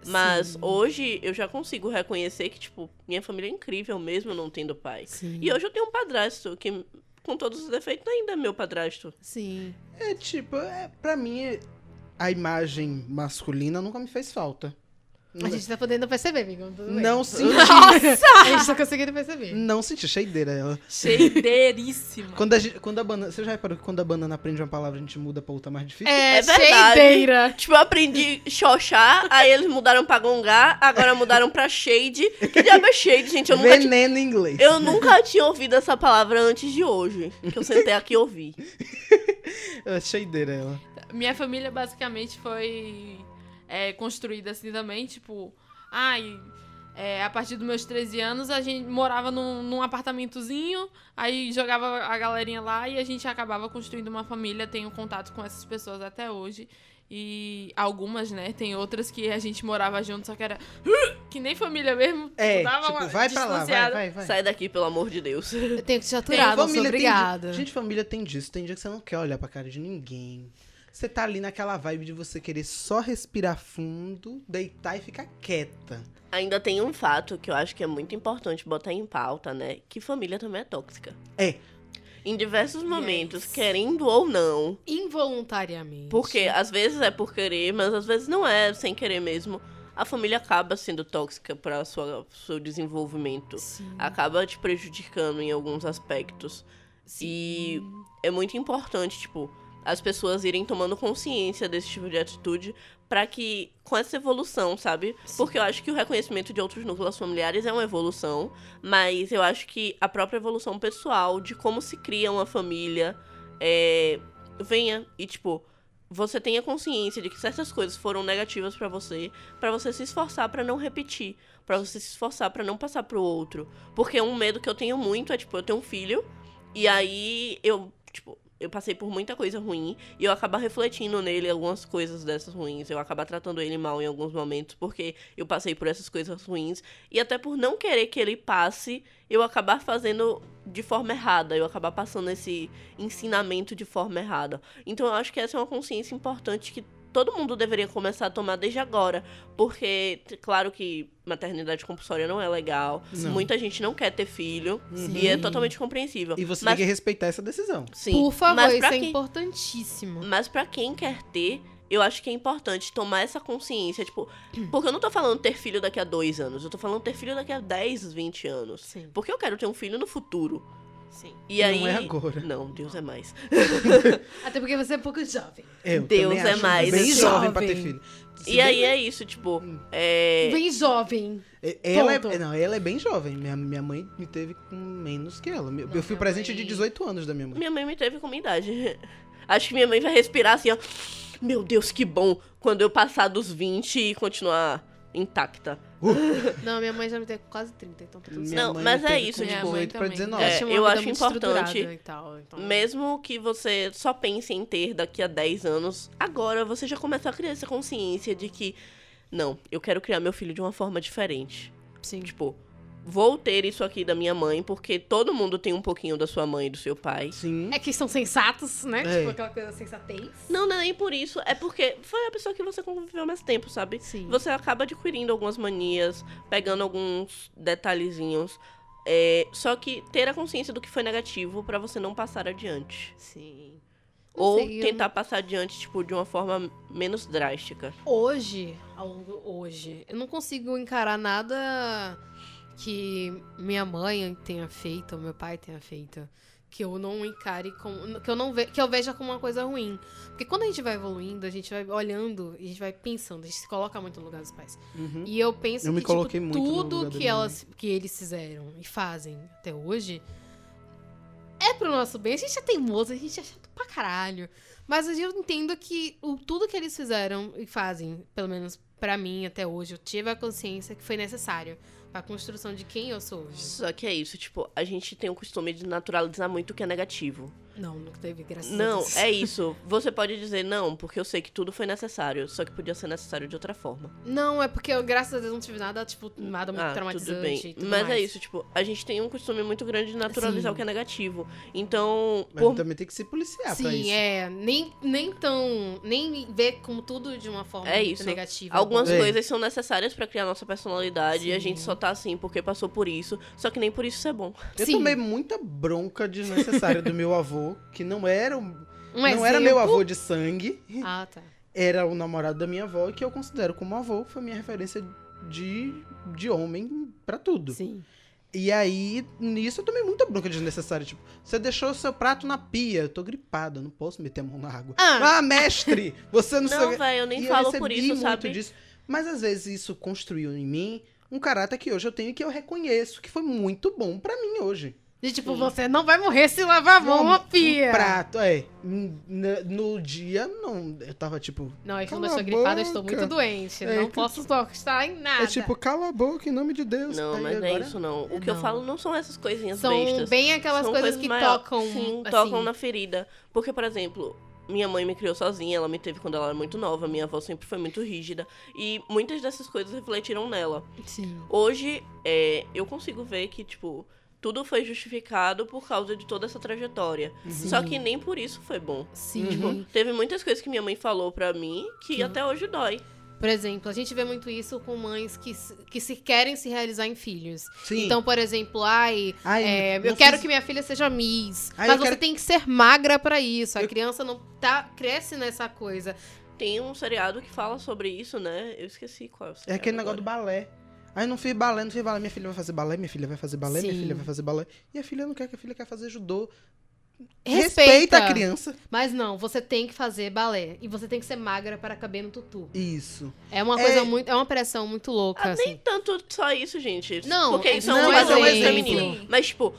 Speaker 1: Mas
Speaker 2: Sim.
Speaker 1: hoje eu já consigo reconhecer que, tipo, minha família é incrível mesmo não tendo pai.
Speaker 2: Sim.
Speaker 1: E hoje eu tenho um padrasto que, com todos os defeitos, ainda é meu padrasto.
Speaker 2: Sim.
Speaker 3: É tipo, é, pra mim, é- a imagem masculina nunca me fez falta.
Speaker 2: A gente tá podendo perceber, amigo.
Speaker 3: é
Speaker 2: tudo bem.
Speaker 3: [laughs] Não senti.
Speaker 2: Nossa! A gente tá conseguindo perceber.
Speaker 3: Não senti, cheideira ela.
Speaker 4: [laughs] Cheireiríssima.
Speaker 3: Quando a, gente- quando a banana. Você já reparou que quando a banana aprende uma palavra, a gente muda pra outra mais difícil?
Speaker 2: É,
Speaker 1: É verdade.
Speaker 2: cheideira.
Speaker 1: Tipo, eu aprendi [laughs] xoxá, aí eles mudaram pra gongá, agora mudaram pra shade. Que diabo é shade, gente? Eu nunca, ti-
Speaker 3: Veneno em inglês.
Speaker 1: eu nunca tinha ouvido essa palavra antes de hoje. Que eu sentei aqui e ouvi.
Speaker 3: É cheideira ela.
Speaker 4: Minha família basicamente foi é, construída assim também, tipo, ai, é, a partir dos meus 13 anos a gente morava num, num apartamentozinho, aí jogava a galerinha lá e a gente acabava construindo uma família, tenho contato com essas pessoas até hoje. E algumas, né? Tem outras que a gente morava junto, só que era que nem família mesmo.
Speaker 3: É,
Speaker 4: dava uma
Speaker 3: tipo, vai pra lá, vai,
Speaker 4: distanciada.
Speaker 3: vai, vai.
Speaker 1: Sai daqui, pelo amor de Deus.
Speaker 2: Eu tenho que te aturar, não sou
Speaker 3: Família tem di-
Speaker 2: obrigada.
Speaker 3: Gente, família tem disso. Tem dia que você não quer olhar pra cara de ninguém. Você tá ali naquela vibe de você querer só respirar fundo, deitar e ficar quieta.
Speaker 1: Ainda tem um fato que eu acho que é muito importante botar em pauta, né? Que família também é tóxica.
Speaker 3: É.
Speaker 1: Em diversos momentos,
Speaker 4: Yes.
Speaker 1: querendo ou não.
Speaker 2: Involuntariamente.
Speaker 1: Porque às vezes é por querer, mas às vezes não é sem querer mesmo. A família acaba sendo tóxica para sua seu desenvolvimento.
Speaker 2: Sim.
Speaker 1: Acaba te prejudicando em alguns aspectos. E é muito importante, tipo, as pessoas irem tomando consciência desse tipo de atitude pra que, com essa evolução, sabe? Porque eu acho que o reconhecimento de outros núcleos familiares é uma evolução, mas eu acho que a própria evolução pessoal de como se cria uma família é, venha e, tipo, você tenha consciência de que certas coisas foram negativas pra você, pra você se esforçar pra não repetir, pra você se esforçar pra não passar pro outro. Porque um medo que eu tenho muito é, tipo, eu tenho um filho e aí eu, tipo, eu passei por muita coisa ruim e eu acabo refletindo nele algumas coisas dessas ruins. Eu acabo tratando ele mal em alguns momentos porque eu passei por essas coisas ruins e até por não querer que ele passe, eu acabar fazendo de forma errada, eu acabar passando esse ensinamento de forma errada. Então eu acho que essa é uma consciência importante que todo mundo deveria começar a tomar desde agora, porque t- claro que maternidade compulsória não é legal.
Speaker 3: Não.
Speaker 1: Muita gente não quer ter filho
Speaker 3: Uhum.
Speaker 1: e é totalmente compreensível.
Speaker 3: E você
Speaker 1: Mas
Speaker 3: tem que respeitar essa decisão.
Speaker 1: Sim.
Speaker 2: Por favor,
Speaker 1: mas
Speaker 2: isso
Speaker 1: pra
Speaker 2: é
Speaker 1: quem,
Speaker 2: importantíssimo.
Speaker 1: Mas pra quem quer ter, eu acho que é importante tomar essa consciência. Tipo, [clears throat] porque eu não tô falando ter filho daqui a dois anos, eu tô falando ter filho daqui a 10, 20 anos.
Speaker 2: Sim.
Speaker 1: Porque eu quero ter um filho no futuro.
Speaker 2: Sim.
Speaker 1: E aí.
Speaker 3: Não é agora.
Speaker 1: Não, Deus é mais.
Speaker 2: Até porque você é um pouco jovem.
Speaker 3: Eu
Speaker 1: Deus
Speaker 3: também
Speaker 1: é
Speaker 3: acho
Speaker 1: mais,
Speaker 3: Bem
Speaker 1: assim.
Speaker 3: jovem pra ter
Speaker 2: Jovem.
Speaker 3: filho. Se
Speaker 1: E
Speaker 3: bem-
Speaker 1: aí é isso, tipo.
Speaker 3: Hum.
Speaker 1: É...
Speaker 2: Bem jovem.
Speaker 3: É- Ela é,
Speaker 2: Ponto.
Speaker 3: não, ela é bem jovem. Minha, minha mãe me teve com menos que ela.
Speaker 4: Não,
Speaker 3: eu fui
Speaker 4: minha
Speaker 3: presente
Speaker 4: mãe-
Speaker 3: de 18 anos da minha mãe.
Speaker 1: Minha mãe me teve com minha idade. [laughs] Acho que minha mãe vai respirar assim, ó. Meu Deus, que bom quando eu passar dos 20 e continuar intacta.
Speaker 2: Não, minha mãe já me tem quase 30, então tá tudo certo.
Speaker 3: Minha
Speaker 1: Não,
Speaker 3: mãe
Speaker 1: mas
Speaker 3: me
Speaker 1: é
Speaker 3: teve com
Speaker 1: isso, tipo,
Speaker 3: 18 pra
Speaker 4: também.
Speaker 3: 19.
Speaker 1: É,
Speaker 2: Ela tinha uma
Speaker 1: eu
Speaker 2: vida
Speaker 1: acho
Speaker 2: muito
Speaker 1: importante,
Speaker 2: estruturada e tal, então-
Speaker 1: Mesmo que você só pense em ter daqui a 10 anos, agora você já começa a criar essa consciência de que, não, eu quero criar meu filho de uma forma diferente.
Speaker 2: Sim.
Speaker 1: Tipo, vou ter isso aqui da minha mãe, porque todo mundo tem um pouquinho da sua mãe e do seu pai.
Speaker 3: Sim.
Speaker 2: É que são sensatos, né?
Speaker 3: É.
Speaker 2: Tipo aquela coisa sensatez.
Speaker 1: Não, não é nem por isso, é porque foi a pessoa que você conviveu mais tempo, sabe?
Speaker 2: Sim.
Speaker 1: Você acaba adquirindo algumas manias, pegando alguns detalhezinhos. É, só que ter a consciência do que foi negativo pra você não passar adiante.
Speaker 2: Sim. Não
Speaker 1: Ou
Speaker 2: sei, eu
Speaker 1: tentar passar adiante, tipo, de uma forma menos drástica.
Speaker 2: não- Hoje, ao longo- hoje, eu não consigo encarar nada que minha mãe tenha feito, ou meu pai tenha feito. Que eu não encare como. Que eu, não ve, que eu veja como uma coisa ruim. Porque quando a gente vai evoluindo, a gente vai olhando, a gente vai pensando, a gente se coloca muito no lugar dos pais.
Speaker 1: É.
Speaker 3: Uhum.
Speaker 2: E eu penso
Speaker 3: Eu me
Speaker 2: que tipo,
Speaker 3: coloquei muito no
Speaker 2: tudo
Speaker 3: lugar da
Speaker 2: que,
Speaker 3: minha
Speaker 2: elas, que eles fizeram e fazem até hoje é pro nosso bem. A gente é teimoso, a gente é chato pra caralho. Mas hoje eu entendo que o, tudo que eles fizeram e fazem, pelo menos pra mim até hoje, eu tive a consciência que foi necessário pra construção de quem eu sou hoje.
Speaker 1: Só que é isso, tipo, a gente tem o costume de naturalizar muito o que é negativo.
Speaker 2: Não, nunca teve graça.
Speaker 1: Não,
Speaker 2: [laughs]
Speaker 1: é isso. Você pode dizer não, porque eu sei que tudo foi necessário, só que podia ser necessário de outra forma.
Speaker 2: Não, é porque eu, graças a Deus, não tive nada, tipo, nada muito
Speaker 1: Ah,
Speaker 2: traumatizante.
Speaker 1: tudo bem.
Speaker 2: e tudo
Speaker 1: Mas é
Speaker 2: mais.
Speaker 1: isso, tipo, a gente tem um costume muito grande de naturalizar
Speaker 2: Sim.
Speaker 1: o que é negativo. Então,
Speaker 3: Mas
Speaker 1: por
Speaker 3: também tem que se policiar pra
Speaker 2: Sim,
Speaker 3: isso.
Speaker 2: é. Nem, nem tão. Nem ver como tudo de uma forma
Speaker 1: É
Speaker 2: muito
Speaker 1: isso.
Speaker 2: negativa.
Speaker 1: Algumas
Speaker 3: É.
Speaker 1: coisas são necessárias pra criar nossa personalidade e a gente
Speaker 2: Sim.
Speaker 1: só tá assim porque passou por isso, só que nem por isso isso é bom.
Speaker 3: Eu
Speaker 2: Sim.
Speaker 3: tomei muita bronca desnecessária do meu avô, que não era, um-
Speaker 2: Um
Speaker 3: não era meu
Speaker 2: exemplo-
Speaker 3: avô de sangue,
Speaker 2: Ah, tá.
Speaker 3: era o namorado da minha avó, que eu considero como avô, foi minha referência de, de homem pra tudo.
Speaker 2: Sim.
Speaker 3: E aí, nisso eu tomei muita bronca desnecessária. Tipo, você deixou o seu prato na pia, eu tô gripada, não posso meter a mão na água.
Speaker 2: Ah.
Speaker 3: Ah, mestre! Você
Speaker 1: Não,
Speaker 3: não, sei. o quê.
Speaker 1: velho, eu nem
Speaker 3: E eu
Speaker 1: falo por
Speaker 3: recebi
Speaker 1: isso,
Speaker 3: muito
Speaker 1: sabe?
Speaker 3: disso. Mas às vezes isso construiu em mim um caráter que hoje eu tenho e que eu reconheço, que foi muito bom pra mim hoje.
Speaker 2: E tipo, você não vai morrer se lavar a mão uma pia.
Speaker 3: Um prato, é. N- n- No dia, não. Eu tava tipo.
Speaker 2: Não, é que quando eu estou
Speaker 3: Cala a
Speaker 2: gripada, eu estou
Speaker 3: boca.
Speaker 2: muito doente.
Speaker 3: É,
Speaker 2: não
Speaker 3: que-
Speaker 2: posso tocar em nada.
Speaker 3: É tipo, cala a boca em nome de Deus. tá
Speaker 1: Não,
Speaker 3: Aí
Speaker 1: mas não é
Speaker 3: agora-
Speaker 1: isso não. O que eu
Speaker 2: Não.
Speaker 1: falo não são essas coisinhas
Speaker 2: São
Speaker 1: bestas.
Speaker 2: bem aquelas
Speaker 1: São
Speaker 2: coisas que
Speaker 1: maior-
Speaker 2: tocam.
Speaker 1: Sim,
Speaker 2: assim,
Speaker 1: tocam na ferida. Porque, por exemplo, minha mãe me criou sozinha, ela me teve quando ela era muito nova, minha avó sempre foi muito rígida. E muitas dessas coisas refletiram nela.
Speaker 2: Sim.
Speaker 1: Hoje, é, eu consigo ver que, tipo, tudo foi justificado por causa de toda essa trajetória.
Speaker 2: Sim.
Speaker 1: Só que nem por isso foi bom.
Speaker 2: Sim.
Speaker 3: Uhum.
Speaker 1: Teve muitas coisas que minha mãe falou pra mim que
Speaker 2: Sim.
Speaker 1: até hoje dói.
Speaker 2: Por exemplo, a gente vê muito isso com mães que, se- que se querem se realizar em filhos.
Speaker 3: Sim.
Speaker 2: Então, por exemplo, ai,
Speaker 3: Ai,
Speaker 2: É,
Speaker 3: não
Speaker 2: eu quero
Speaker 3: fiz-
Speaker 2: que minha filha seja Miss.
Speaker 3: Aí
Speaker 2: mas
Speaker 3: eu
Speaker 2: você
Speaker 3: quero-
Speaker 2: tem que ser magra pra isso. A
Speaker 3: Eu-
Speaker 2: criança não tá, cresce nessa coisa.
Speaker 1: Tem um seriado que fala sobre isso, né? Eu esqueci qual é o
Speaker 3: É
Speaker 1: seriado
Speaker 3: aquele negócio do
Speaker 1: agora.
Speaker 3: balé. Aí não fiz balé, não fiz balé. Minha filha vai fazer balé, minha filha vai fazer balé,
Speaker 2: Sim.
Speaker 3: minha filha vai fazer balé. E a filha não quer que a filha quer fazer judô.
Speaker 2: Respeita.
Speaker 3: a criança.
Speaker 2: Mas não, você tem que fazer balé. E você tem que ser magra para caber no tutu.
Speaker 3: Isso.
Speaker 2: É uma
Speaker 3: É-
Speaker 2: coisa muito. É uma pressão muito louca,
Speaker 1: Ah,
Speaker 2: assim.
Speaker 1: nem tanto só isso, gente.
Speaker 2: Não,
Speaker 1: Porque isso é
Speaker 3: não,
Speaker 1: um
Speaker 3: mas é um
Speaker 1: padrão mais
Speaker 3: exemplo.
Speaker 1: feminino. Mas, tipo,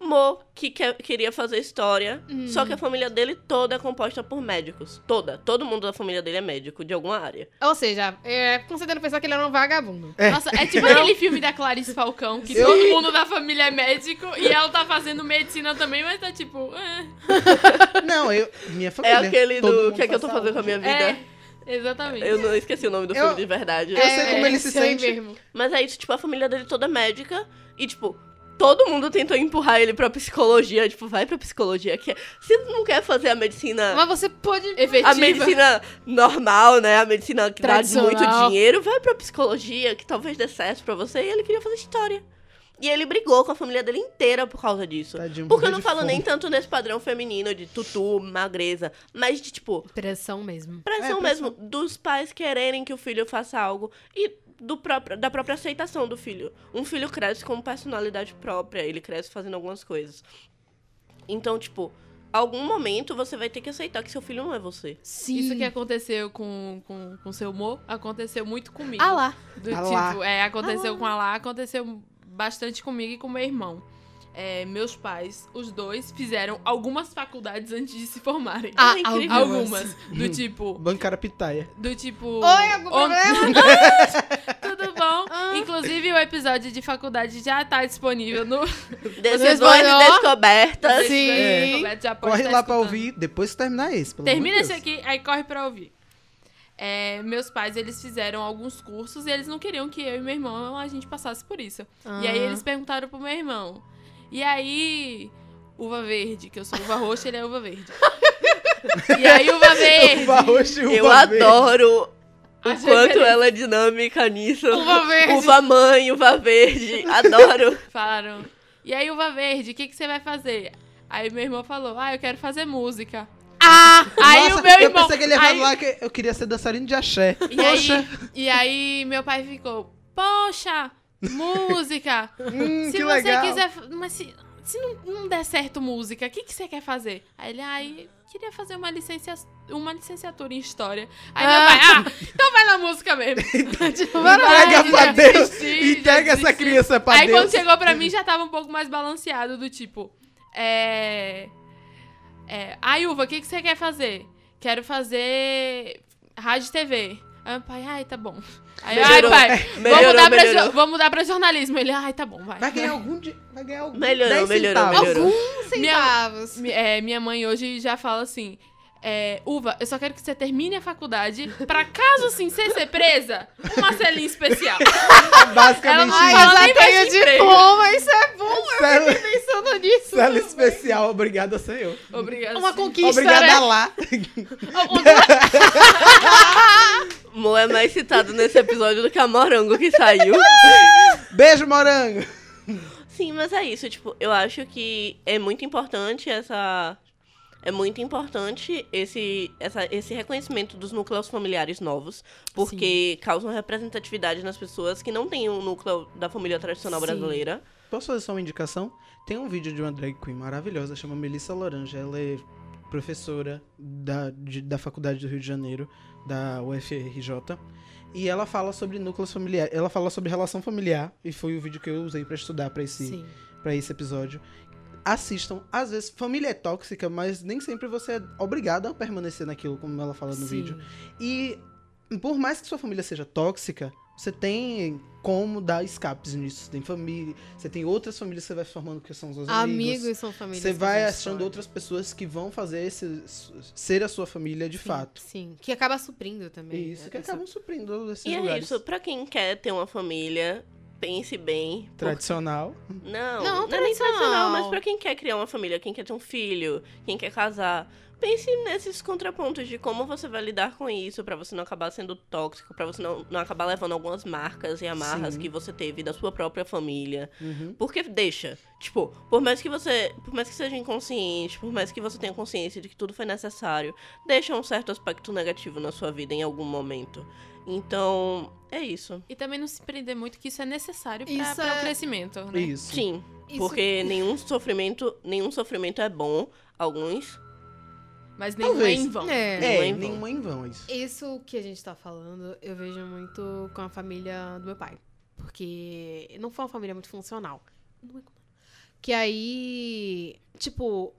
Speaker 1: Mo, que quer- queria fazer história, só
Speaker 3: Hum.
Speaker 1: que a família dele toda é composta por médicos. Toda. Todo mundo da família dele é médico, de alguma área.
Speaker 2: Ou seja, é, considerando pensar que ele era um vagabundo.
Speaker 4: Nossa, é tipo aquele filme da Clarice Falcão, que
Speaker 3: Eu-
Speaker 4: todo mundo da família é médico e ela tá fazendo medicina também, mas tá tipo. "Ah".
Speaker 3: Não, eu. Minha
Speaker 1: É
Speaker 3: família.
Speaker 1: aquele
Speaker 3: todo
Speaker 1: do
Speaker 3: mundo um
Speaker 1: que é que eu tô
Speaker 3: faz
Speaker 1: fazendo com a minha vida.
Speaker 4: É, exatamente.
Speaker 1: Eu não esqueci o nome do
Speaker 3: Eu-
Speaker 1: filme de verdade.
Speaker 3: eu sei como ele se
Speaker 2: É, isso aí
Speaker 3: sente.
Speaker 2: mesmo.
Speaker 1: Mas é isso, tipo, a família dele toda é médica e, tipo, todo mundo tentou empurrar ele pra psicologia. Tipo, vai pra psicologia. Que é... Você não quer fazer a medicina.
Speaker 2: Mas você pode.
Speaker 4: Efetiva.
Speaker 1: A medicina normal, né? A medicina que dá muito
Speaker 2: Tradicional.
Speaker 1: dinheiro, vai pra psicologia, que talvez dê certo pra você. E ele queria fazer história. E ele brigou com a família dele inteira por causa disso.
Speaker 3: Tadinho,
Speaker 1: Porque eu
Speaker 3: É, morreu
Speaker 1: não
Speaker 3: de
Speaker 1: falo nem
Speaker 3: fome.
Speaker 1: tanto nesse padrão feminino de tutu, magreza, mas de tipo,
Speaker 2: Pressão mesmo.
Speaker 1: pressão
Speaker 3: É,
Speaker 1: mesmo dos pais quererem que o filho faça algo e do próprio, da própria aceitação do filho. Um filho cresce com personalidade própria, ele cresce fazendo algumas coisas. Então, tipo, algum momento você vai ter que aceitar que seu filho não é você.
Speaker 2: Sim.
Speaker 4: Isso
Speaker 3: é
Speaker 4: que aconteceu com, com, com seu Mo, aconteceu muito comigo.
Speaker 2: Ah lá.
Speaker 4: Do
Speaker 3: Ah lá.
Speaker 4: tipo, é,
Speaker 2: Ah
Speaker 4: aconteceu
Speaker 2: lá.
Speaker 4: com a Lá, aconteceu bastante comigo e com meu irmão. É, meus pais, os dois, fizeram algumas faculdades antes de se formarem.
Speaker 2: Ah,
Speaker 1: é incrível.
Speaker 4: Algumas. Do tipo.
Speaker 3: Bancara pitaia.
Speaker 4: Do tipo.
Speaker 2: Oi, algum
Speaker 4: on-
Speaker 2: problema?
Speaker 4: [laughs] Tudo bom?
Speaker 2: Ah.
Speaker 4: Inclusive, o episódio de faculdade já tá disponível no.
Speaker 1: Decisões
Speaker 2: Vocês
Speaker 1: e descobertas.
Speaker 2: Sim.
Speaker 4: É. Roberto já pode
Speaker 3: Corre
Speaker 4: tá
Speaker 3: lá pra
Speaker 4: escutando.
Speaker 3: ouvir, depois que terminar esse. pelo
Speaker 4: Termina
Speaker 3: amor de
Speaker 4: esse
Speaker 3: Deus.
Speaker 4: aqui, aí corre pra ouvir. É, meus pais, eles fizeram alguns cursos e eles não queriam que eu e meu irmão a gente passasse por isso. E
Speaker 3: Ah.
Speaker 4: aí eles perguntaram pro meu irmão. E aí, uva verde, que eu sou uva roxa, ele é
Speaker 3: [laughs]
Speaker 4: uva verde. e aí, uva verde.
Speaker 3: Uva roxa e uva
Speaker 1: Eu
Speaker 3: verde.
Speaker 1: adoro O quanto ela é dinâmica nisso.
Speaker 2: Ah. Uva
Speaker 3: [laughs]
Speaker 2: verde.
Speaker 1: Uva mãe, uva verde. Adoro.
Speaker 4: Falaram. E aí, Uva Verde, o que, que você vai fazer? Aí meu irmão falou, ah, eu quero fazer música.
Speaker 2: Ah!
Speaker 4: Aí
Speaker 3: Nossa,
Speaker 4: o meu
Speaker 3: eu
Speaker 4: irmão.
Speaker 3: pensei que ele ia falar
Speaker 4: aí-
Speaker 3: lá que eu queria ser dançarino
Speaker 4: [laughs]
Speaker 3: de axé.
Speaker 4: E aí, e aí meu pai ficou, poxa, música.
Speaker 3: Hum,
Speaker 4: se você
Speaker 3: que legal.
Speaker 4: quiser. fa- Mas se, se não, não der certo música, o que, que você quer fazer? Aí ele, ai, queria fazer uma licencia, uma licenciatura em história. Aí
Speaker 2: Ah.
Speaker 4: meu
Speaker 3: [laughs]
Speaker 4: pai, ah, então vai na música mesmo.
Speaker 2: tipo,
Speaker 3: Entrega
Speaker 4: Ai,
Speaker 3: pra
Speaker 4: já
Speaker 3: Deus.
Speaker 4: desisti, já
Speaker 3: Entrega essa
Speaker 4: desisti.
Speaker 3: criança pra
Speaker 4: Aí quando
Speaker 3: Deus.
Speaker 4: chegou pra mim já tava um pouco mais balanceado, do tipo. É. é ai, Uva, o que, que você quer fazer? Quero fazer. Rádio e TV. Aí meu pai, ai, tá bom. Aí, eu, [laughs] ai,
Speaker 1: Melhorou.
Speaker 4: pai, vamos,
Speaker 1: Melhorou,
Speaker 4: mudar pra,
Speaker 1: melhorou.
Speaker 4: jo- vamos mudar pra jornalismo. Ele, ai, tá bom, vai.
Speaker 3: Vai ganhar algum dia. Vai ganhar algum
Speaker 1: Melhorou,
Speaker 3: 10
Speaker 1: melhorou,
Speaker 3: centavos.
Speaker 1: melhorou.
Speaker 2: alguns centavos.
Speaker 4: Mi- é, minha mãe hoje já fala assim. é, Uva, eu só quero que você termine a faculdade pra caso assim você ser presa, um Marcelinho especial. Ela
Speaker 3: Basicamente
Speaker 4: não
Speaker 2: Ai,
Speaker 3: isso.
Speaker 4: fala
Speaker 2: eu
Speaker 4: nem
Speaker 2: já
Speaker 4: mais
Speaker 2: tenho
Speaker 4: de emprego.
Speaker 2: diploma, isso é bom,
Speaker 3: é Cela,
Speaker 2: pensando nisso.
Speaker 3: cela especial, obrigado a ser eu.
Speaker 4: Obrigada.
Speaker 2: Uma
Speaker 4: sim.
Speaker 2: conquista,
Speaker 3: Obrigada
Speaker 4: é.
Speaker 2: né?
Speaker 3: lá.
Speaker 1: Mo é mais citado nesse episódio do que a Morango que
Speaker 4: [laughs]
Speaker 1: saiu.
Speaker 3: Beijo, morango.
Speaker 1: Sim, mas é isso. Tipo, eu acho que é muito importante essa. É muito importante esse, essa, esse reconhecimento dos núcleos familiares novos, porque causam representatividade nas pessoas que não têm um núcleo da família tradicional
Speaker 2: Sim.
Speaker 1: brasileira.
Speaker 3: Posso fazer só uma indicação? Tem um vídeo de uma drag queen maravilhosa, chama Melissa Laranja. Ela é professora da, de- da Faculdade do Rio de Janeiro, da UFRJ. E ela fala sobre núcleos familiares. Ela fala sobre relação familiar. E foi o vídeo que eu usei pra estudar pra esse,
Speaker 2: Sim.
Speaker 3: pra esse episódio. Assistam. Às vezes, família é tóxica, mas nem sempre você é obrigado a permanecer naquilo, como ela fala no vídeo. E por mais que sua família seja tóxica, você tem como dar escapes nisso. Você tem família, você tem outras famílias que você vai formando que são os seus amigos.
Speaker 2: Amigos são família.
Speaker 3: Você vai achando outras pessoas que vão fazer esse, ser a sua família de fato.
Speaker 2: Sim, que acaba suprindo também. é, né?
Speaker 3: E isso que
Speaker 2: Essa-
Speaker 3: acabam suprindo esses
Speaker 1: e é
Speaker 3: lugares.
Speaker 1: isso. Pra quem quer ter uma família, pense bem. por-
Speaker 3: Tradicional.
Speaker 1: Não,
Speaker 2: Não,
Speaker 1: não, é nem
Speaker 2: tradicional.
Speaker 1: tradicional, mas pra quem quer criar uma família, quem quer ter um filho, quem quer casar, pense nesses contrapontos de como você vai lidar com isso pra você não acabar sendo tóxico, pra você não, não acabar levando algumas marcas e amarras
Speaker 3: Sim.
Speaker 1: que você teve da sua própria família.
Speaker 3: Uhum.
Speaker 1: Porque deixa, tipo, por mais que você, por mais que seja inconsciente, por mais que você tenha consciência de que tudo foi necessário, deixa um certo aspecto negativo na sua vida em algum momento. Então, é isso.
Speaker 4: E também não se prender muito que isso é necessário
Speaker 2: Isso
Speaker 4: pra, pra
Speaker 2: é-
Speaker 4: o crescimento, né?
Speaker 3: Uhum. Isso.
Speaker 1: Sim.
Speaker 2: Isso-
Speaker 1: Porque é nenhum sofrimento, nenhum sofrimento é bom. Alguns.
Speaker 4: Mas nenhum
Speaker 3: Talvez.
Speaker 4: é em vão.
Speaker 2: É.
Speaker 1: Nenhuma
Speaker 3: É,
Speaker 1: em vão.
Speaker 3: nenhuma em vão, isso.
Speaker 2: Isso que a gente tá falando, eu vejo muito com a família do meu pai. Porque não foi uma família muito funcional. Não é como- Que aí, tipo,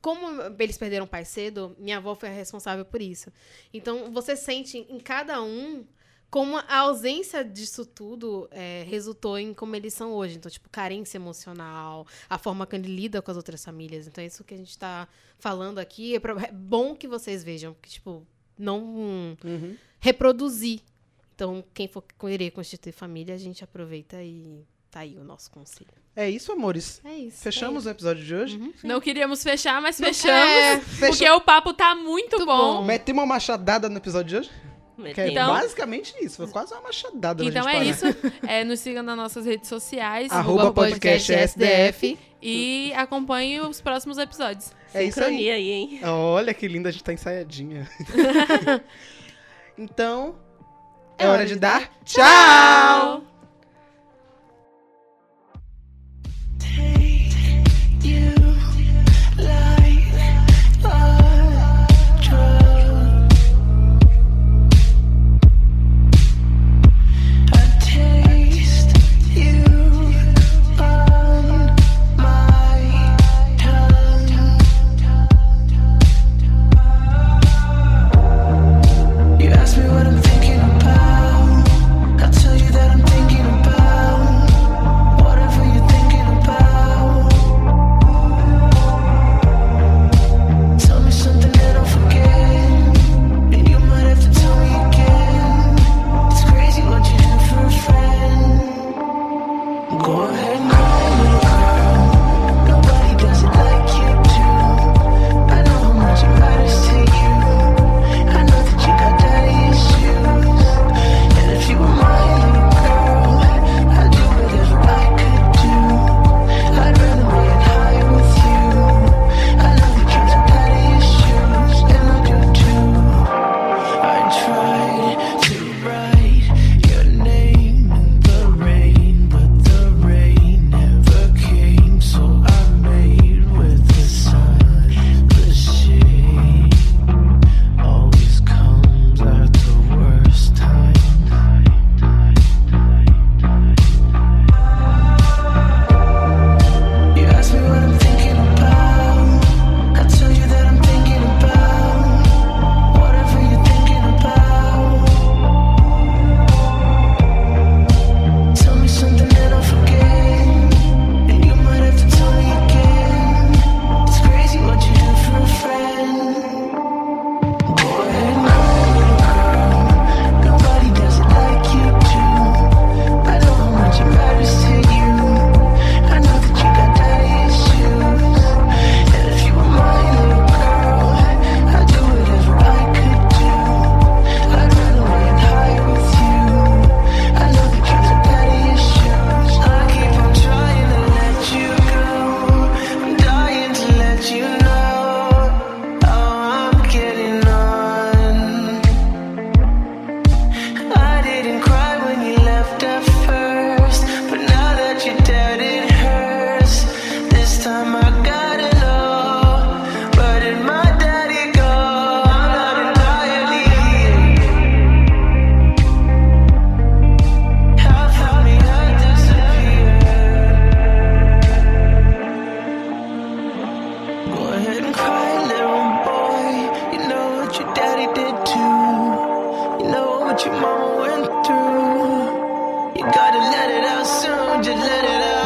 Speaker 2: como eles perderam o pai cedo, minha avó foi a responsável por isso. Então, você sente em cada um como a ausência disso tudo é, resultou em como eles são hoje. Então, tipo, carência emocional, a forma que ele lida com as outras famílias. Então, isso que a gente tá falando aqui é, pra- é bom que vocês vejam, porque, tipo, não
Speaker 3: Uhum.
Speaker 2: reproduzir. Então, quem for querer constituir família, a gente aproveita e tá aí o nosso conselho.
Speaker 3: É isso, amores.
Speaker 2: É Uhum. isso.
Speaker 3: Fechamos o episódio de hoje?
Speaker 4: Não queríamos fechar, mas fechamos.
Speaker 2: Fechamos.
Speaker 3: Fechamos.
Speaker 4: Porque o papo tá muito
Speaker 2: Muito
Speaker 4: bom.
Speaker 2: bom.
Speaker 3: Metemos uma machadada no episódio de hoje? Que é
Speaker 1: metendo.
Speaker 4: Então-
Speaker 3: basicamente isso. Foi quase uma machadada
Speaker 4: Então
Speaker 3: na
Speaker 4: é
Speaker 3: gente
Speaker 4: isso. É, nos sigam nas nossas redes sociais.
Speaker 3: Arro- Arroba podcast SDF.
Speaker 4: E acompanhe os próximos episódios.
Speaker 3: É isso aí.
Speaker 1: Sincronia aí, hein?
Speaker 3: Olha que linda, a gente tá ensaiadinha. [laughs] então, é, hora de dar tchau!
Speaker 5: You like control. I taste you on my tongue. You ask me what I'm thinking about. I tell you that I'm thinking. you know how I'm getting on. I didn't cry when you left at first, but now that you're dead, it hurts. This time I gotta know, where did my daddy go? I'm not entirely. How found me had disappeared. Go ahead and cry, little boy. You know what your daddy did too. You know what your mama went through. You gotta let it out soon, just let it out.